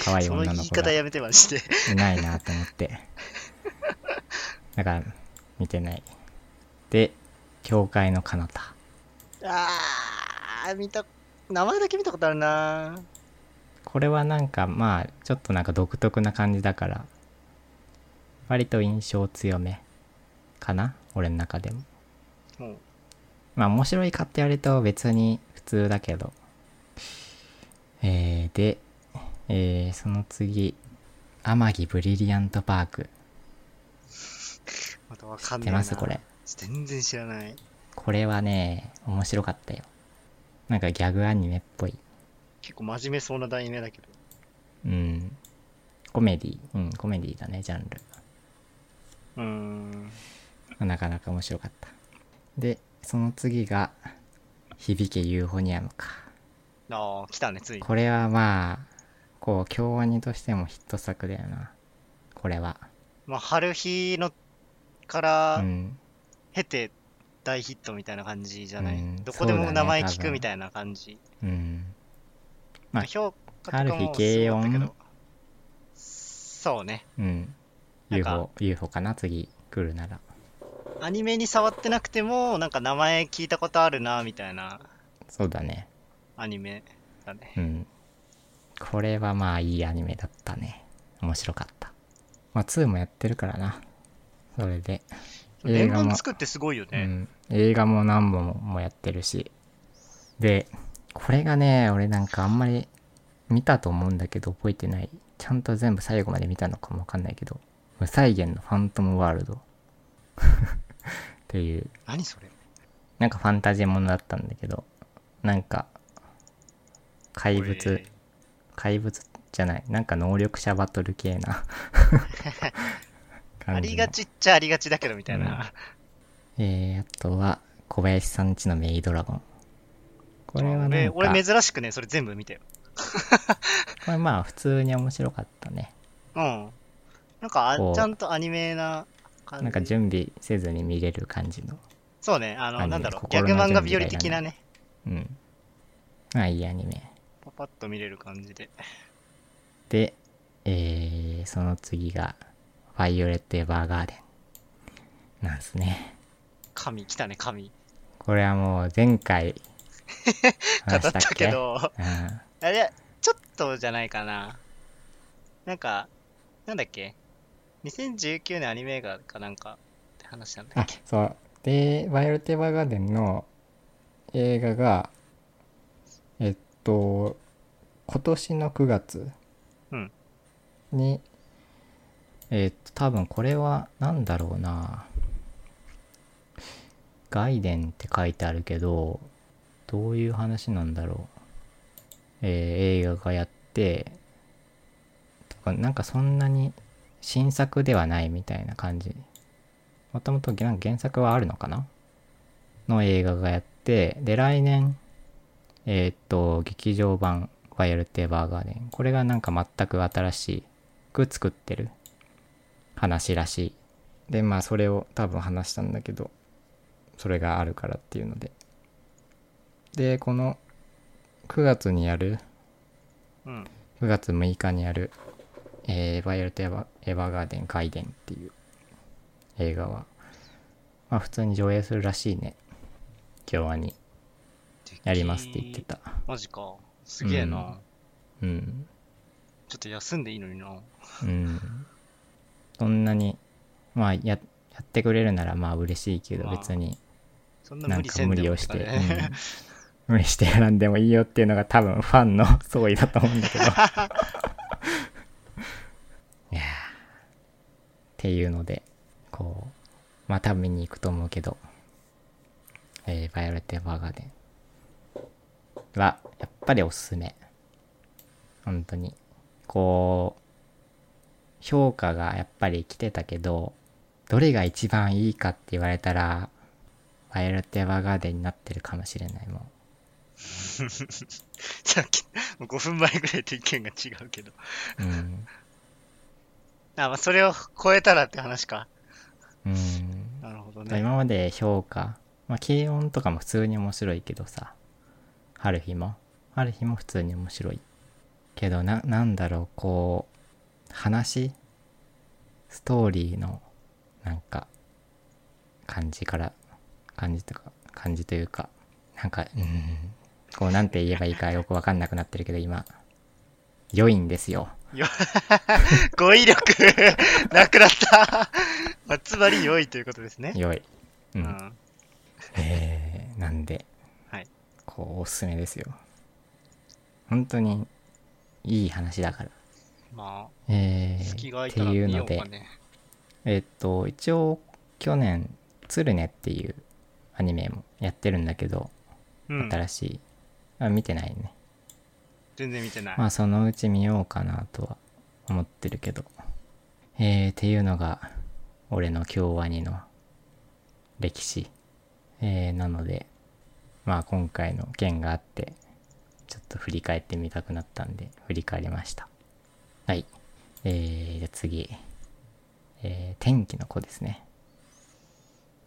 可愛い
その
女
言
の
い
子が
方
い
やめてまして。
ないなと思って。だから、見てない。で、教会の彼方。
あー、見た、名前だけ見たことあるな
これはなんかまあ、ちょっとなんか独特な感じだから、割と印象強めかな俺の中でも。
もう、
まあ面白いかって言われると別に普通だけど。えー、で、えー、その次、天城ブリリアントパーク。
またわかんな
出
いな。
ますこれ。。
全然知らない。
これはね、面白かったよ。なんかギャグアニメっぽい。
結構真面目そうな題名だけど。
うん。コメディうん、コメディだね、ジャンル。
うーん。
なかなか面白かった。で、その次が、響けユーフォニアムか。
ああ、来たね、ついに。
これはまあ、こう、京アニとしてもヒット作だよな。これは。
まあ、春日のか
う
ら
ん。
経て大ヒットみたいな感じじゃない、
うん
どこで
そうだ
も
ね
名前
多
聞く
分
みたいな感じ。
うん。まあ
評価とか
春日
もす
軽
ごかったけど
音。
そうね。
うん。
なんか
UFO、UFO かな次来るなら。
アニメに触ってなくても、なんか名前聞いたことあるな、みたいな
そうだね。
アニメだね。
うん。これはまあいいアニメだったね。面白かった。まあ2もやってるからな。それで。映
連
画も
番、作ってすごいよ
う
ね。
ん。映画も何本もやってるし。で、これがね、俺なんかあんまり見たと思うんだけど覚えてない。ちゃんと全部最後まで見たのかもわかんないけど。無再現のファントムワールド。 っていう
何それ
なんかファンタジーものだったんだけど、なんか、怪
こ
物
れ、
怪物じゃない、なんか能力者バトル系 な
あ
感じの。
りがちっちゃありがちだけど、みたいな。
えー、あとは、小林さんちのメイドラゴン。これはな
俺
んか、
俺珍しくね、それ全部見たよ。
これまあ普通に面白かったね。
うん。なんか
こ
あ、
う
ちゃんとアニメな感じ。
なんか準備せずに見れる感じの。
そうね、あの、
アニメ
なんだろう、ギャ
心
グ
の
漫画
準備がいら
日和
ない
的なね、
うん。まあいいアニメ。
パパッと見れる感じで。
で、えー、その次が、ファイオレット・エヴァーガーデン。なんですね。
神、来たね、神。
これはもう前回
語ったけど、
うん、
あれ、ちょっとじゃないかな。なんか、なんだっけ ?2019 年アニメ映画かなんかって話したんだ
あ
っけ
そうで「バイオレット・エヴァーガーデン」の映画がえっと今年の9月
うん
に、えっと多分これは何だろうな「ガイデン」って書いてあるけどどういう話なんだろうえー映画がやってとかなんかそんなに新作ではないみたいな感じもともと原原作はあるのかなの映画がやってで来年えーっと劇場版バイオレット・エヴァーガーデン。これがなんか全く新しく作ってる話らしい。で、まあそれを多分話したんだけど、それがあるからっていうので。で、この9月にやる、
うん。
9月6日にやる、えー、バイオレットエヴァ・エヴァーガーデン・外伝っていう映画は、まあ普通に上映するらしいね。今日はにやりますって言ってた。
マジか。すげえな、
うんうん。
ちょっと休んでいいのにな。
うん。そんなに、まあや、やってくれるならまあ嬉しいけど、
まあ
別に
そんな
な
無
ん
理
か
せん
無
で
理
も
を
いい
し
か
て、
らね
うん無理して選んでもいいよっていうのが多分ファンの総意だと思うんだ けど。いやーっていうので、こう、また見に行くと思うけど、えー、バイオレット・エヴァーガーデンは、やっぱりおすすめ。本当に。こう、評価がやっぱり来てたけど、どれが一番いいかって言われたら、バイオレット・エヴァーガーデンになってるかもしれないもん。
さっき、もう5分前ぐらいと意見が違うけど。
うん。
あ、まあ、それを超えたらって話か。
うん。
なるほど
だから
ね。
今まで評価、まあ、軽音とかも普通に面白いけどさ、春日も、春日も普通に面白い。けど、な、なんだろう、こう、話ストーリーの、なんか、感じから、感じとか、感じというか、なんか、うん、こう、なんて言えばいいかよくわかんなくなってるけど、今、良いんですよ。
語彙力 なくなった、まあ、つまり良いということですね。
良い。う。
うんん。
えー、なんで、
はい
こうおすすめですよ本当にいい話だから
ま
え
あ、
ー
隙が空い
って
たら見
いう
よ
の
うか
で
ね。
えっと一応去年「つるね」っていうアニメもやってるんだけど、
うん。
新しいあ見てないね
全然見てない。
まあそのうち見ようかなとは思ってるけどえー、っていうのが俺の京アニの歴史えー、なのでまあ今回の件があってちょっと振り返ってみたくなったんで振り返りましたはいえー、じゃあ次えー、天気の子ですね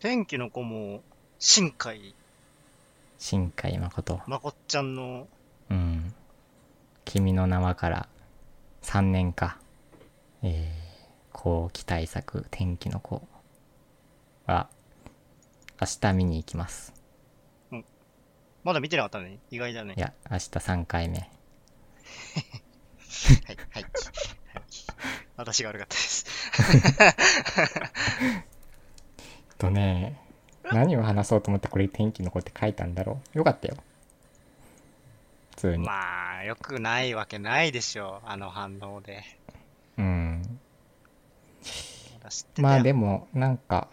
天気の子も、新海
新海誠
まこっちゃんの、
うん。君の名はから3年か。えー、後期対策、天気の子は、明日見に行きます。
まだ見てなかったね。意外だね
い。や、明日3回目。
はい、はい。私が悪かったです。
とね、何を話そうと思ってこれ天気の子って書いたんだろう。よかったよ。普通に。
まあ、良くないわけないでしょう。あの反応で。
うん。
まだ知ってたよ
まあでも、なんか、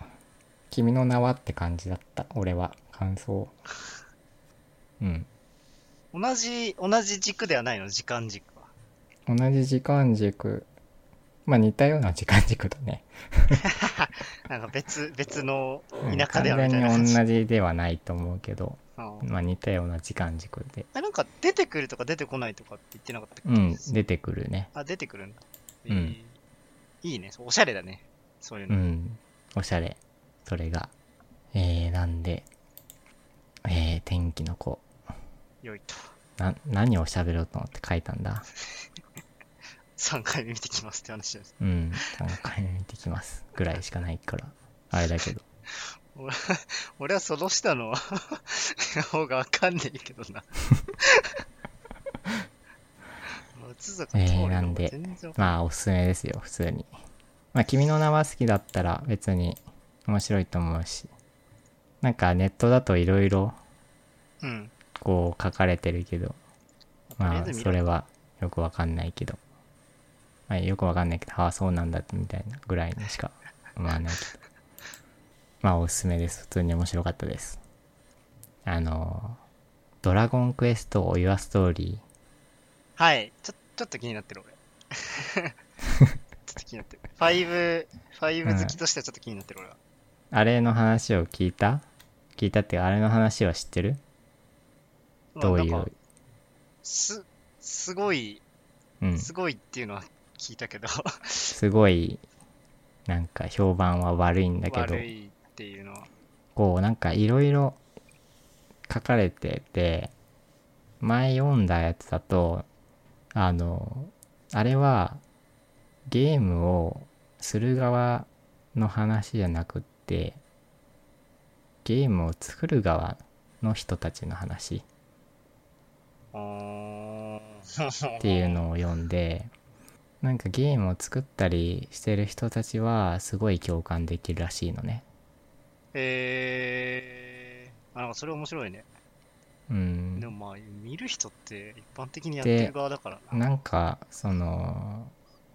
君の名はって感じだった。俺は、感想。うん。
同じ、同じ軸ではないの、時間軸は。
同じ時間軸まあ似たような時間軸だね
なんか別、別の
うん
田舎ではみ
完
たいな
全
感
に
じ。
同じではないと思うけど、
うん
まあ、似たような時間軸で
あなんか出てくるとか出てこないとかって言ってなかったっけ
うん出てくるね
あ、出てくるんだ。え
うん
ーいいね。おしゃれだね。そういう
う
の。
んおしゃれそれがえー、なんでえー、天気の子
良いと。
な何を喋ろうと思って書いたんだ
3回目見てきますって話です。
うん3回目見てきますぐらいしかないからあれだけど
俺はその下の 方がわかんねえけど な。松坂桃
えー
李
な
の
ん
方
で
が全然わか
まあおすすめですよ普通にまあ君の名は好きだったら別に面白いと思うしなんかネットだといろいろ
んうん。
こう書かれてるけど
とりあ
ま
えず
あ
見ろ
それはよくわかんないけど、まあ、よくわかんないけどああそうなんだってみたいなぐらいにしか思わないけどまあおすすめです普通に面白かったですあの「ドラゴンクエストお岩ストーリー」
はい。ちょ、ちょっと気になってる、俺。 ちょっと気になってる。ファイブ、ファイブ好きとしてはちょっと気になってる、俺は。
あれの話を聞いた聞いたっていうかあれの話は知ってるどうい
まあなん
う
かす、すごい、
うん。
すごいっていうのは聞いたけど、
すごい、なんか評判は悪いんだけど
悪、いっていうのは。
こうなんかいろいろ書かれてて、前読んだやつだと、あの、あれはゲームをする側の話じゃなくって、ゲームを作る側の人たちの話
っ
っていうのを読んでなんかゲームを作ったりしてる人たちはすごい共感できるらしいのね
えー、あなんかそれ面白いね。
う
でも
ん
まあ、見る人って一般的にやってる側だからな。
なんかその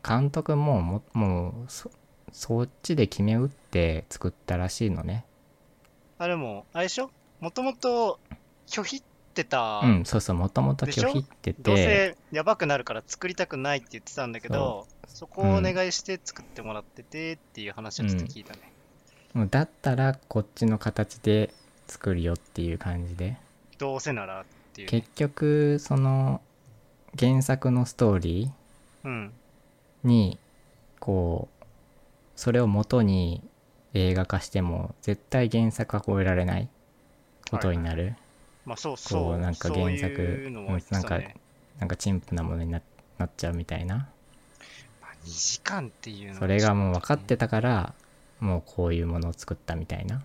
監督もももうそそっちで決め打って作ったらしいのね
あ、でも、あれでしょもともと拒否ってた、
うんそうそうもともと拒否って
どう
て
せやばくなるから作りたくないって言ってたんだけど、そこをお願いして作ってもらっててっていう話をちょっと聞いたね。
もうだったらこっちの形で作るよっていう感じで
どうせならっていうね。
結局その原作のストーリー
うん。
にこうそれを元に映画化しても絶対原作は超えられないことになる、
まあそうそう。
なんか
そう
原
い
作
うのも言ってた
なんか
ね。
なんか陳腐なものにななっちゃうみたいな
まあ、2時間っていうの
それがもう分かっ
ちょ
てたからもうこういうものを作ったみたいな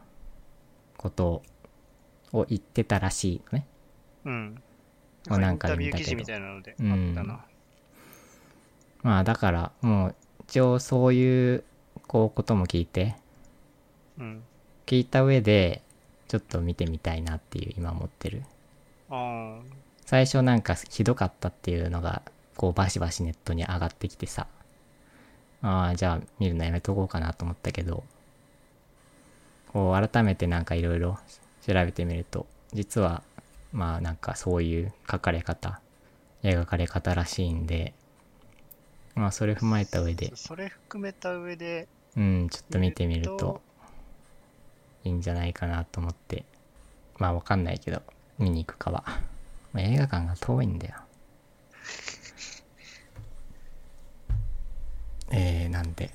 ことを言ってたらしいのね
とね。うん。
もうなんか
インタビュ
見
ー
た
記
けど
事みたいなのであっ
うん
たな。
まあだからもう一応そういうこうことも聞いて
うん。
聞いた上でちょっと見てみたいなっていう今思ってる
あ
最初なんかひどかったっていうのがこうバシバシネットに上がってきてさああじゃあ見るのやめとこうかなと思ったけどこう改めてなんかいろいろ調べてみると実はまあなんかそういう書かれ方描かれ方らしいんでまあそれ踏まえた上
あ。
で
そそれ含めた上で、
うんちょっと見てみる
見ると
といいんじゃないかなと思ってまあわかんないけど見に行くかは、まあ、映画館が遠いんだよえー、なんで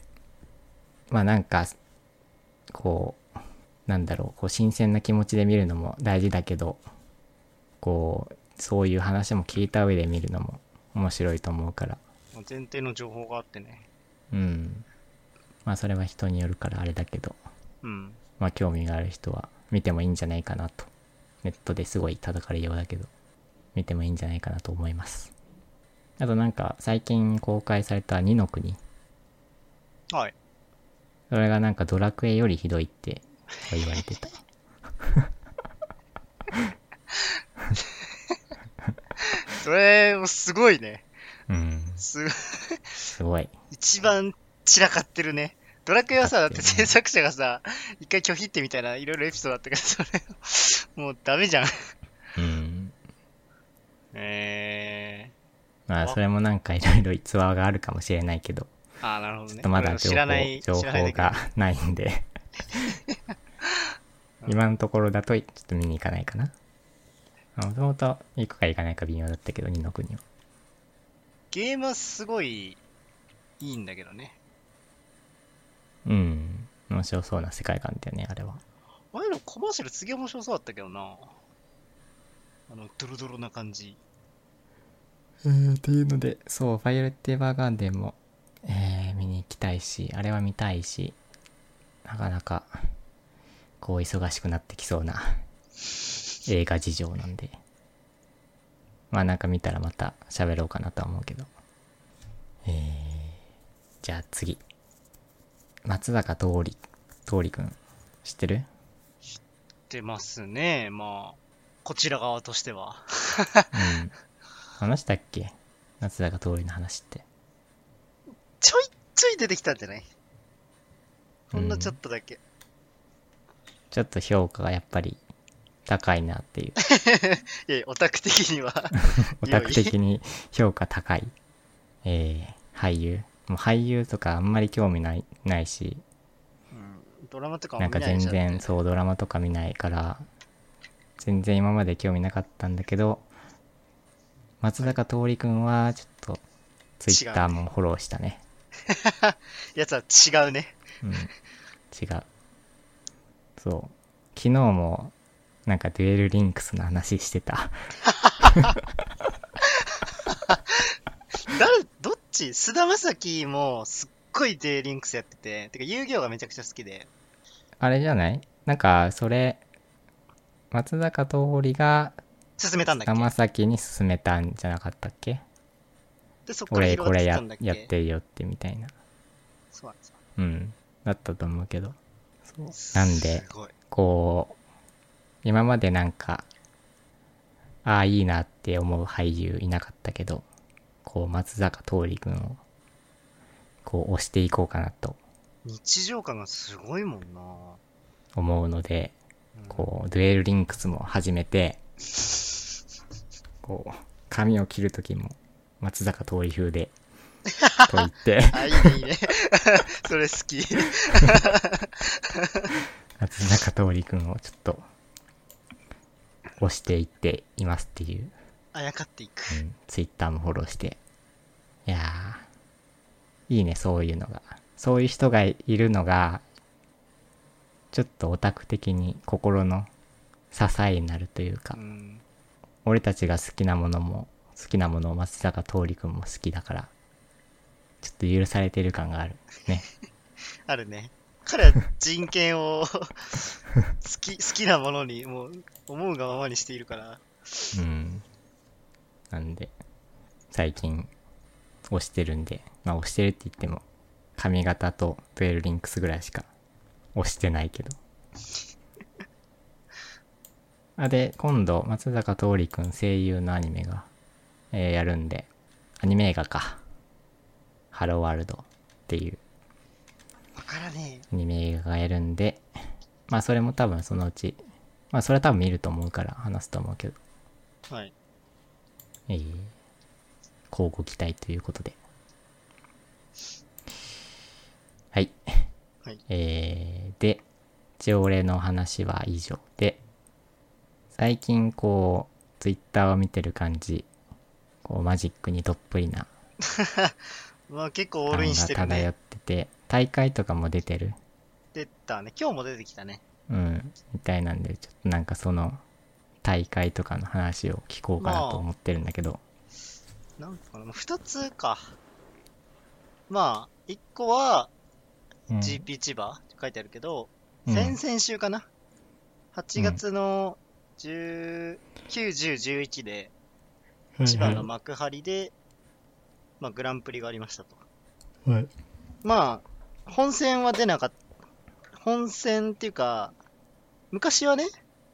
まあなんかこうなんだろうこう新鮮な気持ちで見るのも大事だけどこうそういう話も聞いた上で見るのも面白いと思うから
もう前提の情報があってね。
うんまあそれは人によるからあれだけど
うん。
まあ興味がある人は見てもいいんじゃないかなとネットですごい叩かれようだけど見てもいいんじゃないかなと思いますあとなんか最近公開された「二の国
はい。」
それがなんかドラクエよりひどいって言われて た
それ、すごいね。
うん
す
すごい
一番散らかってるね。ドラクエは さ、だ
だ
っ
っててね
制作者がさ、一回拒否ってみたいないろいろエピソードあったけど、それ、もうダメじゃん。
うん
え
まあそれもなんかいろいろ逸話があるかもしれないけど
ー、あー、なるほどね。
まだ
俺
情
知らない、
報情
知らない
報
だけど
がないんで 今のところだとちょっと見に行かないかなもともと行くか行かないか微妙だったけど二の国は
ゲームはすごいいいんだけどね。
うん面白そうな世界観だよねあれは
前のコマーシャルすげえ面白そうだったけどな。あの、ドロドロな感じ。
うんっていうのでそう「ファイオレット・エヴァーガーデンも」えー見に行きたいしあれは見たいしなかなかこう忙しくなってきそう な映画事情なんでまあなんか見たらまた喋ろうかなとは思うけどえー、じゃあ次松坂桃李桃李くん知って る
出ますね。まあ、こちら側としては。
うん話したっけ松坂桃李の話って
ちょいちょい出てきたんじゃないほんのちょっとだけ。
ちょっと評価がやっぱり高いなって いう
いやいや、オタク的には。
オタク的に評価高い、えー俳優もう俳優とかあんまり興味ないないし
うんドラマとかも
なん
見
か
ない
全
じゃん
然そうドラマとか見ないから全然今まで興味なかったんだけど松坂桃李くんは、ちょっと、ツイッターもフォローしたね。
やつは違うね。
うん。違う。そう。昨日も、なんかデュエルリンクスの話してた。
誰、どっち菅田将暉もすっごいデーリンクスやってて、てか遊戯王がめちゃくちゃ好きで、
あれじゃないなんか、それ、松坂桃李が、
進めたんだっ
菅
け
田将暉に勧めたんじゃなかったっけ
で、そっから
俺
広
こ
がっ
れ
てき
や
たんだっけ
やってるよってみたいな。
そうなんですよ
うん。だったと思うけど。なんです
ごい。
こう、今までなんか、ああ、いいなって思う俳優いなかったけど、こう、松坂桃李君を、こう、押していこうかなと
日常感がすごいもんな
思うので、
うん
こう、デュエルリンクスも始めて、こう、髪を切るときも、松坂桃李風で、と言って、
あ、いいね、いいね。それ好き。
松坂桃李君をちょっと、押していっていますっていう。
あやかっていく。
うん、ツイッターもフォローして。いやー、いいね、そういうのが。そういう人がいるのが、ちょっとオタク的に心の支えになるというか、
うん。
俺たちが好きなものも、好きなものを松坂桃李君も好きだから、ちょっと許されてる感がある。ね。
あるね。彼は人権を好き、好きなものに、もう、思うがままにしているから。
うん。なんで、最近、押してるんで、まあ押してるって言っても、髪型とデュエルリンクスぐらいしか押してないけど。あ、で、今度、松坂桃李くん声優のアニメが、えーやるんで、アニメ映画か。ハローワールドっていう
わからね
アニメ映画がやるんで、まあそれも多分そのうち、まあそれは多分見ると思うから話すと思うけど、
え。はい。
えー、交互期待ということで。はい。
はい
えー、で、一応俺の話は以上で、最近こう、ツイッターを見てる感じ、こう、マジックにどっぷりな
まあ結構オールイ
感
ンし
が
てるね
漂っ。てて、大会とかも出てる
出たね。今日も出てきたね。
うん、みたいなんで、ちょっとなんかその、大会とかの話を聞こうかなと思ってるんだけど、
なんかな、もう二つか。まあ、一個は
うん
GP 千葉って書いてあるけど、
うん
先々週かな。8月の10、9、10、11で、千葉の幕張で、まあ、グランプリがありましたと。
はい
まあ、本戦は出なかった。本戦っていうか、昔はね、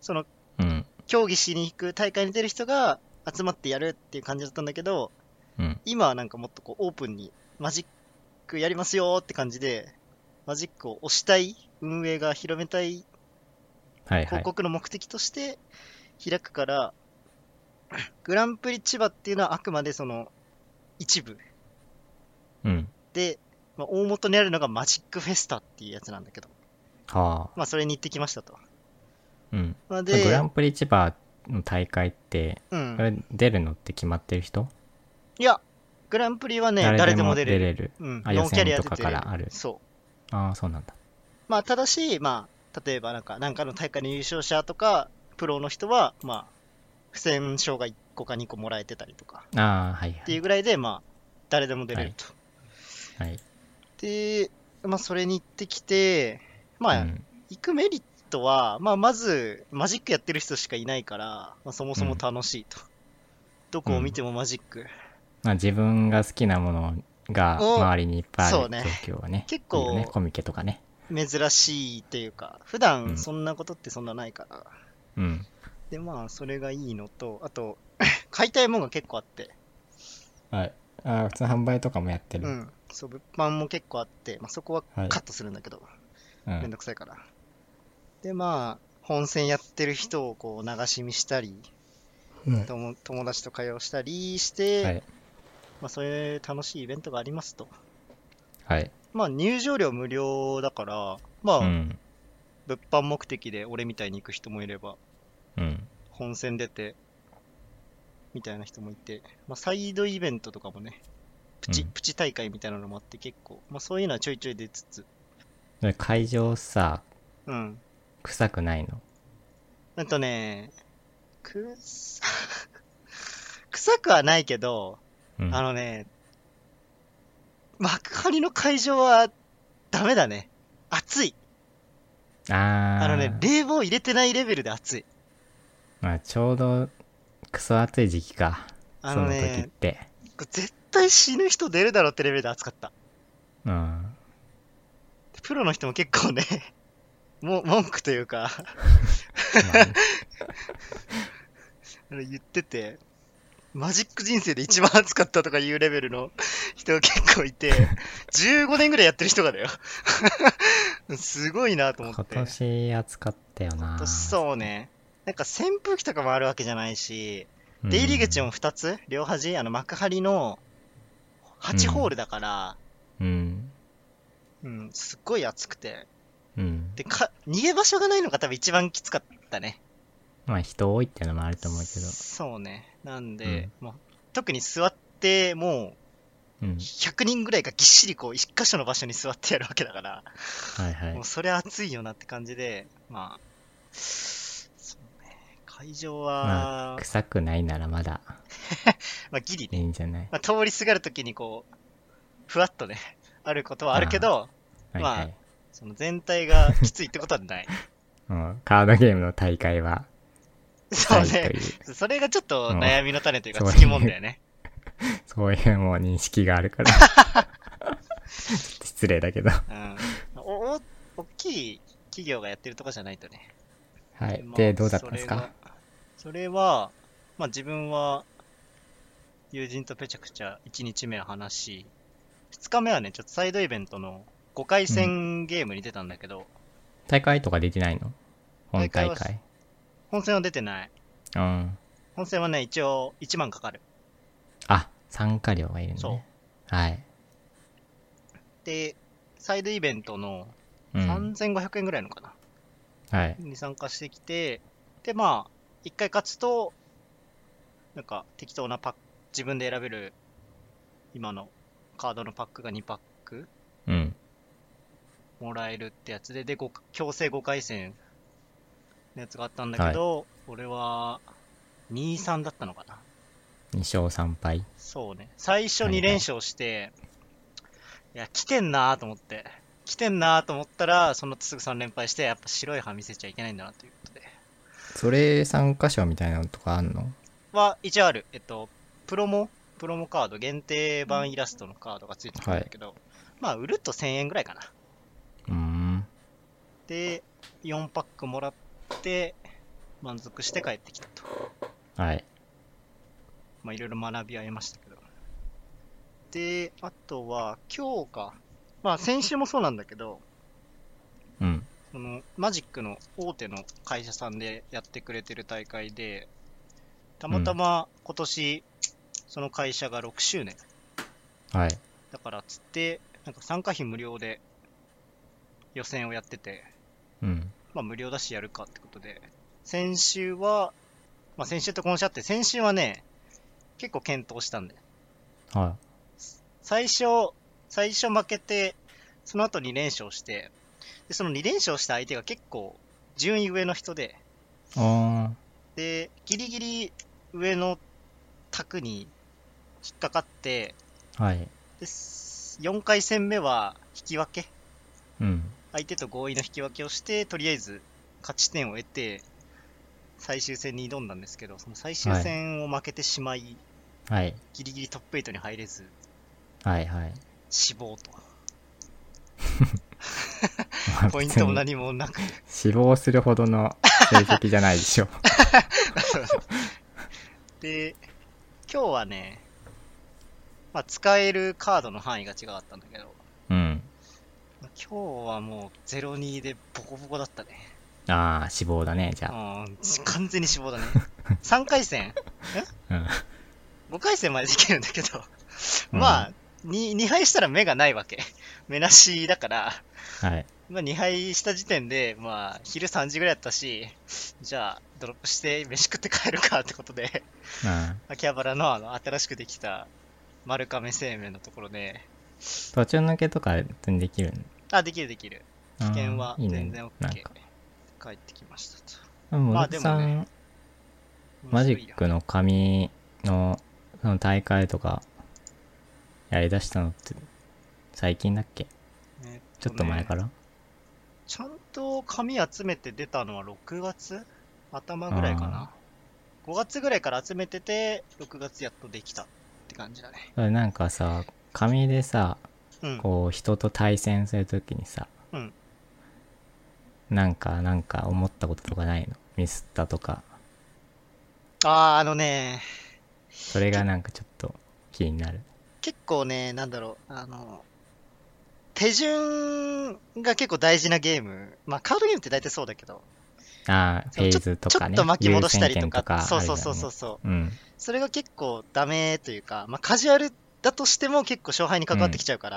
その、
うん、
競技しに行く大会に出る人が集まってやるっていう感じだったんだけど、
うん、
今はなんかもっとこう、オープンに、マジックやりますよーって感じで、マジックを推したい、運営が広めたい
はいはい
広。告の目的として開くから、 グランプリ千葉っていうのはあくまでその一部
うん。
で、まあ、大元にあるのがマジックフェスタっていうやつなんだけど、
はあ。
まあ、それに行ってきましたと。
うん。
まあ、
グラ
で、
ンプリ千葉の大会って、
う
こ
ん、
れ出るのって決まってる人、
いや、グランプリはね、誰でも出れる。
る。
うん、
あ
ノンキャリア
予
で
選とか
出れ
からある
そう。
ああ、そうなんだ。
まあ、ただし、まあ、例えばなんか、なんかの大会の優勝者とか、プロの人は、まあ、不戦勝が1個か2個もらえてたりとか、
ああ、はい
っ
は
ていう
い。
ぐらいで、まあ、誰でも出れると。
はい。
で、まあ、それに行ってきて、まあ、
うん
行くメリットは、まあ、まず、マジックやってる人しかいないから、まあ、そもそも楽しいと。どこを見てもマジック。
まあ、自分が好きなものが
お
周りにいっぱいあ
そう
る
ね
状況はね。
結構
いいよね、コミケとかね。
珍しいっていうか、普
う
段
ん
そんなことってそんなないから。
うん。
で、まあ、それがいいのと、あと、 買いたいもんが結構あって、
はい。ああ、普通の販売とかもやって
う
る。
ん、そう、物販も結構あって、まあ、そこは
はい
カットするんだけど、
う
めん
ん。
どくさいから。で、まあ、本戦やってる人をこう流し見したり、
うん
友友達と会話をしたりして、
はい。
まあ、そういう楽しいイベントがありますと。
はい。
まあ、入場料無料だから、まあ、
うん。
物販目的で俺みたいに行く人もいれば、
うん。
本戦出て、みたいな人もいて、まあ、サイドイベントとかもね、プチ、
うん
プチ大会みたいなのもあって結構、まあ、そういうのはちょいちょい出つつ、
で会場さ、
うん。
臭くないの。
あとね、くさ、 臭くはないけど、
うん。
あのね、幕張の会場はダメだね。暑い。
あー
あのね、冷房入れてないレベルで暑い。
まあ、ちょうど、クソ暑い時期か。
あ
そ
の
の時っ
ね、
て。
絶対死ぬ人出るだろうってレベルで暑かった。
うん。
プロの人も結構ね、 もう文句というか、あの言ってて、マジック人生で一番暑かったとかいうレベルの 人が結構いて、15年ぐらいやってる人がだよ。 すごいな と思って
今。年暑かったよな。
そうね。なんか扇風機とかもあるわけじゃないし、
うん
出入り口も2つ、両端、あの幕張の8ホールだから、
うん。
うん、すっごい暑くて。
うん。
でか、逃げ場所がないのが多分一番きつかったね。
まあ、人多いっていうのもあると思うけど。
そうね。なんで、まあ、特に座って、も
うん
う。100人ぐらいがぎっしりこう、一箇所の場所に座ってやるわけだから、
はいはい
もう。それ暑いよなって感じで、まあ、そうね。会場は、
臭くないならまだ
まあ、ギリね
い。いんじゃない
まあ、通りすがるときにこう、ふわっとね、あることはあるけど、
はい
まあ
はい。
その全体が きついってことはない。
うんカードゲームの大会は、
そ
臭
う
いとい
ね。
う、
それがちょっと
うん
悩みの種というか、
そう
つきもんだよね。
そういうもう認識があるから。ちょっと失礼だけど。
うん。お、お、大きい企業がやってるとかじゃないとね。
はい。
まあ
で、どうだったんですか
それはそれは、まあ自分は、友人とぺちゃくちゃ1日目は話し、2日目はね、ちょっとサイドイベントの5回戦ゲームに出たんだけど、
大会とか出てないの本大
大会
会。
本戦は出てない。
うん。
本戦はね、一応1万かかる。
あ、参加料がいる
そう
ね。はい。
で、サイドイベントの
うん。
3500円ぐらいのかな、
はい。
に参加してきて、で、まあ、一回勝つと、なんか適当なパック、自分で選べる今のカードのパックが2パック
うん。
もらえるってやつで、で、ご強制5回戦のやつがあったんだけど、俺は2-3だったのかな。
2勝3敗。
そうね。最初
はいは
に
い
連勝して、いや、来てんなーと思って。来てんなーと思ったら、そのすぐ3連敗して、やっぱ白い歯見せちゃいけないんだなということで。
それ参加賞みたいなのとかあんの
は、一応ある。えっと、プロモプロモカード、限定版イラストのカードがついてくるんだけど、まあ、売ると1000円ぐらいかな。
うーん。
で、4パックもらって、満足して帰ってきたと。
はい。
まあ、いろいろ学びは得ましたけど。で、あとは、今日か。まあ、先週もそうなんだけど、
うん。
そのマジックの大手の会社さんでやってくれてる大会で、たまたま今年、その会社が6周年
はい。
だからっつって、なんか参加費無料で予選をやってて、
うん。
まあ無料だしやるかってことで、先週は、まあ先週と今週あって、先週はね、結構検討したんで、
は
最初、最初負けて、その後2連勝して、で、その2連勝した相手が結構順位上の人で、
い。あ
で、ギリギリ上の卓に引っかかって、
ー。はい。
で、4回戦目は引き分け
うん。
相手と合意の引き分けをして、とりあえず勝ち点を得て、最終戦に挑んだんですけど、その最終戦を負けてしまい、
はい。
ギリギリトップ8に入れず、
はいはい。
死亡と。
まあ
ポイント
別
も
に
何もなく。
死亡するほどの成績じゃないで しょ。
で、今日はね、まあ、使えるカードの範囲が違かったんだけど、
うん。
今日はもう0-2でボコボコだったね。
ああ、死亡だね、じゃ
うん、完全に死亡 だね。3回戦
あ。うん。
5回戦までできるんだけど、
うん
まあ、2, 2敗したら目がないわけ。目なしだから、
はい。
まあ、2敗した時点で、まあ、昼3時ぐらいだったし、じゃあ、ドロップして飯食って帰るかってことで、
うん。
秋葉原のあの新しくできた丸亀製麺のところで、
途中抜けとかできるん
あ、できるできる。
あー
危険はい
いね
全然 OK。
なんか
帰ってきましたと。
でも、
まあ
森木さん、
でもね
マジ
面白い
ッ
や
クの紙のその大会とかやりだしたのって最近だっけ
えとね
ちょっと前から、
ちゃんと紙集めて出たのは6月頭ぐらいかな。5月ぐらいから集めてて、6月やっとできたって感じだね。
なんかさ、紙でさ、
うん。
こう人と対戦するときにさ、
うん
なんかなんか思ったこととかないのミスったとか、
あー、あのね、
それがなんかちょっと気になる。
結構ね、なんだろう、あの、手順が結構大事なゲーム。まあ、カードゲームって大体そうだけど、
ああ、フェーズと
ちょ
か
っ
ね。
と巻き戻したりとか、
優先権
そうそう
あるよ
そう
ね
そうそう。
うん。
それが結構ダメというか、まあ、カジュアルだとしても結構勝敗に関わってきちゃうから、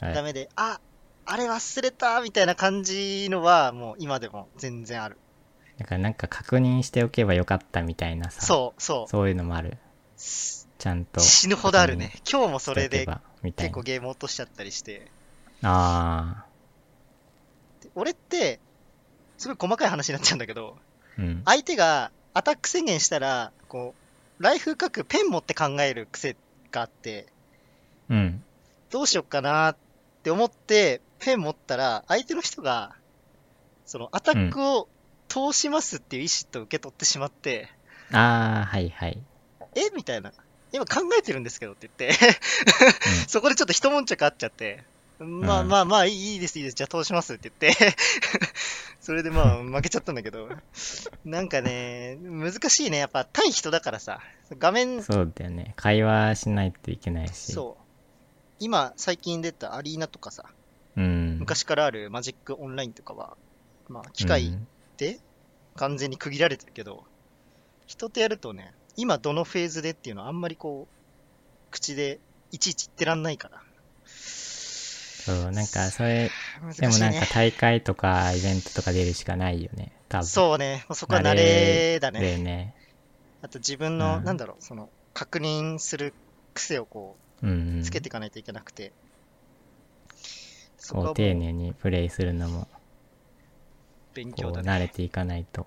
はい
ダメで、ああれ忘れたみたいな感じのは、もう今でも全然ある。
だからなんか確認しておけばよかったみたいなさ、
そうそう。
そういうのもある。
死
ちゃんと。
ぬほどあるね。今日もそれ
しとけ
で
ば。みたい
結
な
構。ゲーム落としちゃったりして。
あ
で俺って、すごい細かい話になっちゃうんだけど、
あ。うん。
相手がアタック宣言したら、こう、ライフ書くペン持って考える癖があって、
うん。
どうしよっかなって思って、ペン持ったら、相手の人が、そのアタックを通しますっていう意思と受け取ってしまって、
ああ、はいはい。
えみたいな。今考えてるんですけどって言って、そこでちょっと一悶着あっちゃって、まあ
うん
まあまあ、いいいいです、いいです、じゃあ通しますって言って、 それでまあ負けちゃったんだけど、なんかね、難しいね。やっぱ対人だからさ、画面
そうだよね。会話しないといけないし。
そう。今、最近出たアリーナとかさ、
う。ん。
昔からあるマジックオンラインとかは、まあ、機械
うん
で完全に区切られてるけど、人とやるとね、今どのフェーズでっていうのはあんまりこう、口でいちいち言ってらんないから。
そう、なんかそれ、
難しい
で
ね。
もなんか大会とかイベントとか出るしかないよね。多分。
そうね、もうそこは慣れだね。
だよね。
あと自分の、
うん
なんだろう、その、確認する癖をこ
うん、う
う、
ん。
つけていかないといけなくて。そこは
こ
も
う
う
丁寧にプレイするのも、
勉
こ
強
う
だね。
慣れていかないと、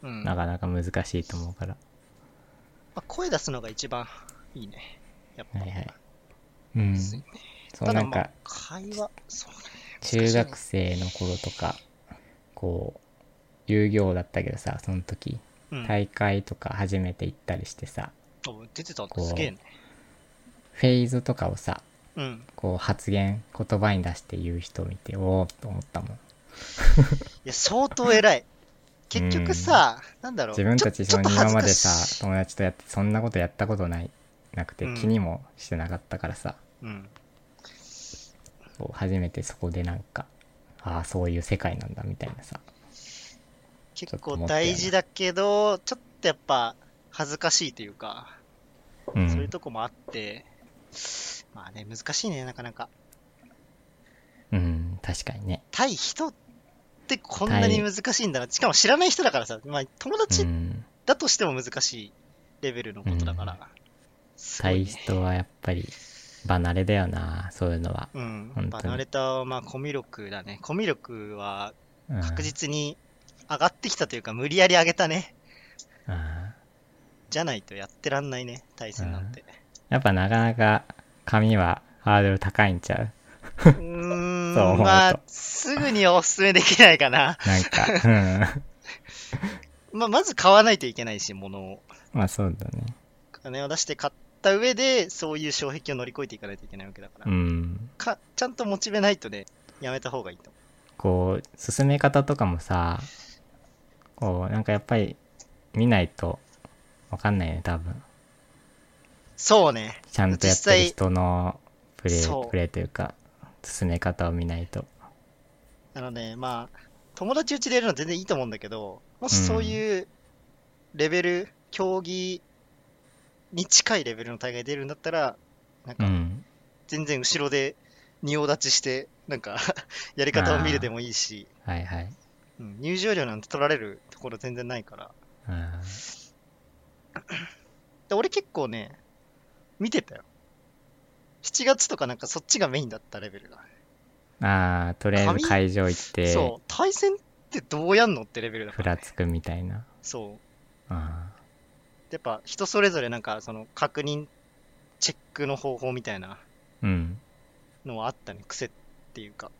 うん
なかなか難しいと思うから。
まあ、声出すのが一番いいね。やっぱ。
はいはいうん。
そうね
そう、なんか、、
会話、そうね。
中学生の頃とかこう遊業だったけどさその時
うん、
大会とか初めて行ったりしてさ
お出てたんだ
こう
すげえね。
フェーズとかをさ
うん。
こう発言言葉に出して言う人を見ておおと思ったもん
いや、相 当偉い。結局さ、なんだろう。
自分たち
ょ
そ
っ
の
と
今まで
恥ずかし
さ
い
友達とやってそんなことやったことないなくて
うん
気にもしてなかったからさ、
うん。
こう初めてそこでなんかああそういう世界なんだみたいなさ
結構大事だけど、ちょっとやっぱ、恥ずかしいというか、
う、
そういうんとこもあって、まあね、難しいね、なかなか。
うん、確かにね
対人ってこんなに難しいんだな。しかも知らない人だからさ、まあ、友
う
達
ん
だとしても難しいレベルのことだから。すごい
対
ね
人はやっぱり離れだよなそういうのは、
うん、
本当に
離れた、まあ、コミュ力だね。コミュ力は
うん、
確実に上がってきたというか、無理やり上げたね。
うん
じゃないとやってらんないね、対戦なんて。
やっぱなかなか紙はハードル高いんちゃう
うー ん、
そう思うと
まあ、すぐにはおすすめできないかな。
なん か
まあ、まず買わないといけないし、物を。
うんまあそうだね
金を出して買った上で、そういう障壁を乗り越えていかないといけないわけだから。
うん
かちゃんとモチベないとね、やめた方がいいと思
こう進め方とかもさこうなんかやっぱり見ないとわかんないよね多分
う。そうね。
ちゃんとやってる
実際
人のプレイ
そう
プレイというか進め方を見ないと
あのね、まあ、友達うちでやるのは全然いいと思うんだけど、もしそういうレベル、競技に近いレベルの大会出るんだったら、なん
う
か、
ん
全然後ろで仁王立ちして、なんか、 やり方を見るでもいいし、
はいはい
うん入場料なんて取られるところ全然ないから、
うん。
で俺結構ね、見てたよ。7月とかなんかそっちがメインだったレベルだ。
ああ、とりあえ
紙
ず会場行って、
そう、対戦ってどうやんのってレベルだか
ふ
ら、
ら
ね。
つくみたいな。
そう。
あ
やっぱ人それぞれなんかその確認、チェックの方法みたいな
ーうん。
のはあったね。癖っていうか。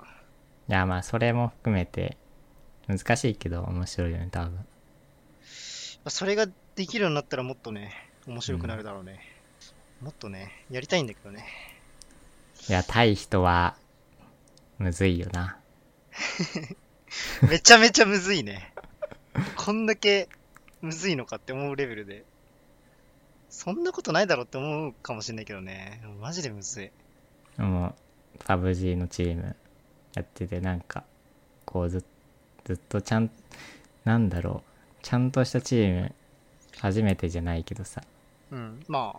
いや、まあ、それも含めて、難しいけど面白いよね、多分。
それができるようになったらもっとね、面白くなるだろうね。もっとね、やりたいんだけどね。
いや、対人は、むずいよな。
めちゃめちゃむずいね。こんだけむずいのかって思うレベルで。そんなことないだろうって思うかもしれないけどね。マジでむずい。
もう、パブ G のチームやってて、なんか、こうず、ずっとちゃん、なんだろう、ちゃんとしたチーム、初めてじゃないけどさ、
うん。ま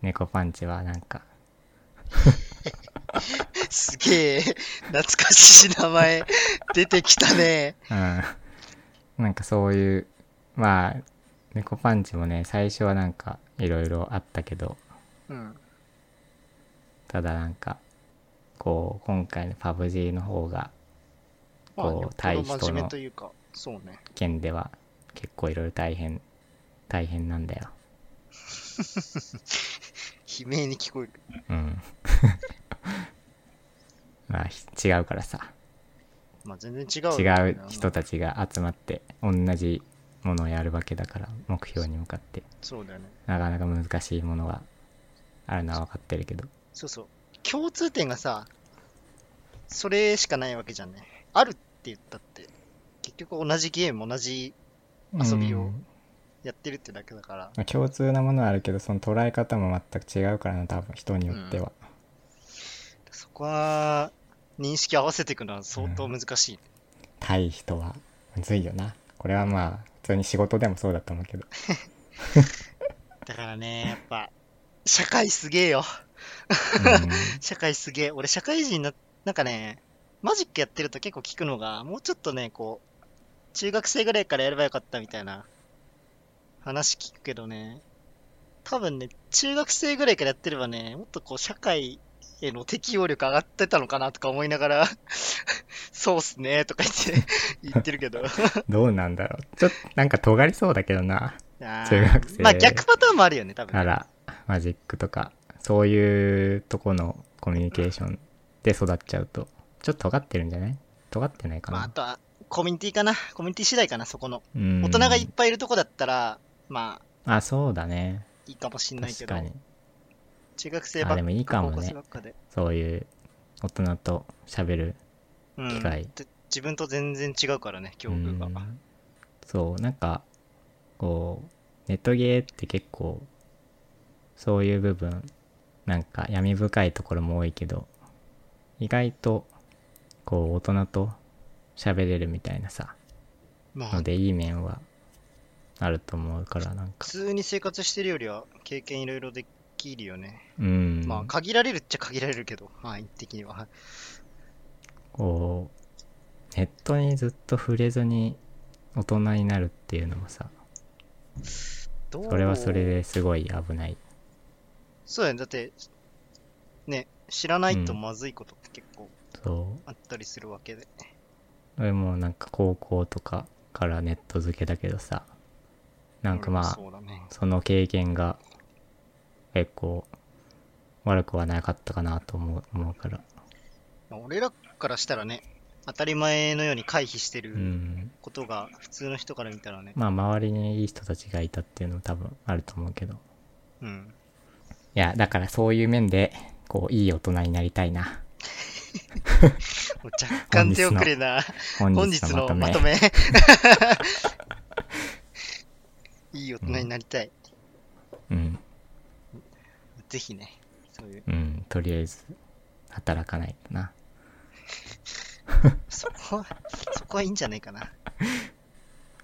猫パンチはなんか、
あ、すげえ、懐かしい名前出てきたね。
うん、なんかそういう、まあ、猫パンチもね、最初はなんか、いろいろあったけど、
うん。
ただなんか、こう、今回のパブ G の方が、
まあ、
こう
よっぽ
対
ど
人の
真面目というか、そうね。
県では、結構いろいろ大変、大変なんだよ。
悲鳴に聞こえる。
うん。 まあ、ひ違うからさ。
まあ、全然違う
違
よね、
う人たちが集まって、同じものをやるわけだから、目標に向かって。
そうだよね。
なかなか難しいものがあるのは分かってるけど。
そうそう。共通点がさ、それしかないわけじゃんね。あるって言ったって、結局同じゲーム、同じ遊びをやってるってだけだから、
まあ共通なものはあるけど、その捉え方も全く違うからな、多分、人によっては。
そこは認識合わせていくのは相当難しい。
対人は、むずいよな。これはまあ、普通に仕事でもそうだと思う けど。
だからね、やっぱ、社会すげえよ。
う
社会すげえ。俺、社会人な、なんかね、マジックやってると結構聞くのが、もうちょっとね、こう、中学生ぐらいからやればよかったみたいな話聞くけどね、多分ね、中学生ぐらいからやってればね、もっとこう、社会への適応力上がってたのかなとか思いながら、そうっすね、とか言って、言ってるけど。
んどうなんだろう。ちょっと、なんか尖りそうだけどな。
あー
中学生
まあ逆パターンもあるよね、多分ね。
あら、マジックとか、そういうとこのコミュニケーションで育っちゃうと、ちょっと尖ってるんじゃない尖ってないか
まあ、あ
な。
とは、コミュニティかな。コミュニティ次第かな、そこの。
うん
大人がいっぱいいるとこだったら、まあ、
あ、そうだね。
いいかもしんない
確
けど
か、に。
中学生ば
あ
っ
で
か
もいいかもね
高校生ばっかで、
そういう大人と喋る
うん
機会
で自分と全然違うからね、境遇が。
うんそうなんかこうネットゲーって結構そういう部分なんか闇深いところも多いけど意外とこう大人と喋れるみたいなさ
まあ
の、でいい面はあると思うからなん
普
か
通に生活してるよりは経験いろいろできるよね。
うん、
まあ、限られるっちゃ限られるけど、範囲的には。
こうネットにずっと触れずに大人になるっていうのもさ
どう
それはそれ。ですごい危ない
そうだよね、だって、ね、知らないとまずいことって結構
そう
あったりするわけで。
俺もなんか高校とかからネット付けだけどさなんかまあ
俺もそうだね。
その経験が結構悪くはなかったかなと思う思うから
まあ俺らからしたらね、当たり前のように回避して
う
る
ん
ことが普通の人から見たらね、
まあ周りにいい人たちがいたっていうのも多分あると思うけどい
うん。
やだからそういう面でこういい大人になりたいな
もう若干手遅れな。
本
本
日
日
のま
の
とめ
まとめ。いい大人になりたい。
うん
ぜひね、そういう、
うんとりあえず働かないとな
そこは、そこはいいんじゃないかな。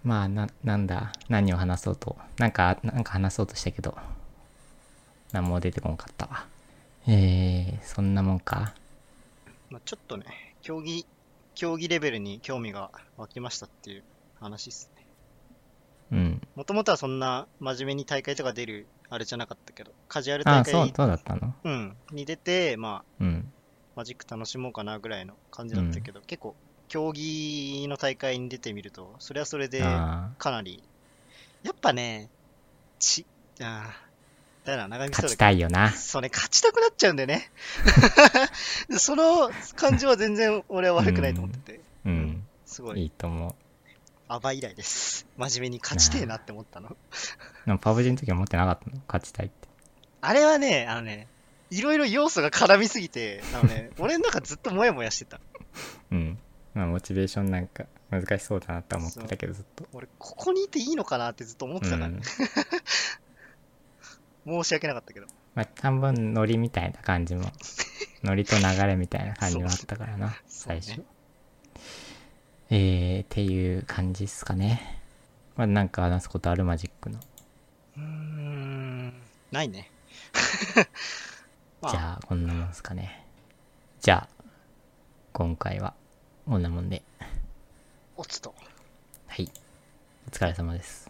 まあななんだ何を話そうとなんかなんか話そうとしたけど何も出てこんかったわえー、そんなもんか
まあ、ちょっとね、競技、競技レベルに興味が湧きましたっていう話ですね。
うん
もともとはそんな真面目に大会とか出るあれじゃなかったけど、カジュアル
あ
大
あ、そう、
会
そうだったの
うん、に出て、まあ、
うん。
マジック楽しもうかなぐらいの感じだったけど、結構、競技の大会に出てみると、それはそれで、か
ああ、
なり、やっぱね、ち、あーだよな、長見
勝
そうだ
ち
け
たいよな
ど、。それ勝ちたくなっちゃうんだよ ね。その感じは全然俺は悪くないと思ってて、
うん。
すごい
い、いと思う。
アバ以来です。真面目に勝ちてえなって思ったの。
でもパブジの時は思ってなかったの勝ちたいって。
あれはね、あのね、いろいろ要素が絡みすぎて、あの ね、俺の中ずっとモヤモヤしてた。
うん。まあ、モチベーションなんか難しそうだなとは思ってたけど、ずっと。
俺、ここにいていいのかなってずっと思って
う
たから、ね
ん。
申し訳なかったけど。
まあ、半分ノリみたいな感じ も、ノリと流れみたいな感じもあったからな、
そう
最
そう
初
ね。
えー、っていう感じっすかね。まあ、なんか話すことあるマジックの。
うーん、ないね。まあ
じゃあ、こんなもんすかね。じゃあ、今回は、こんなもんで。
おつと。
はい。お疲れ様です。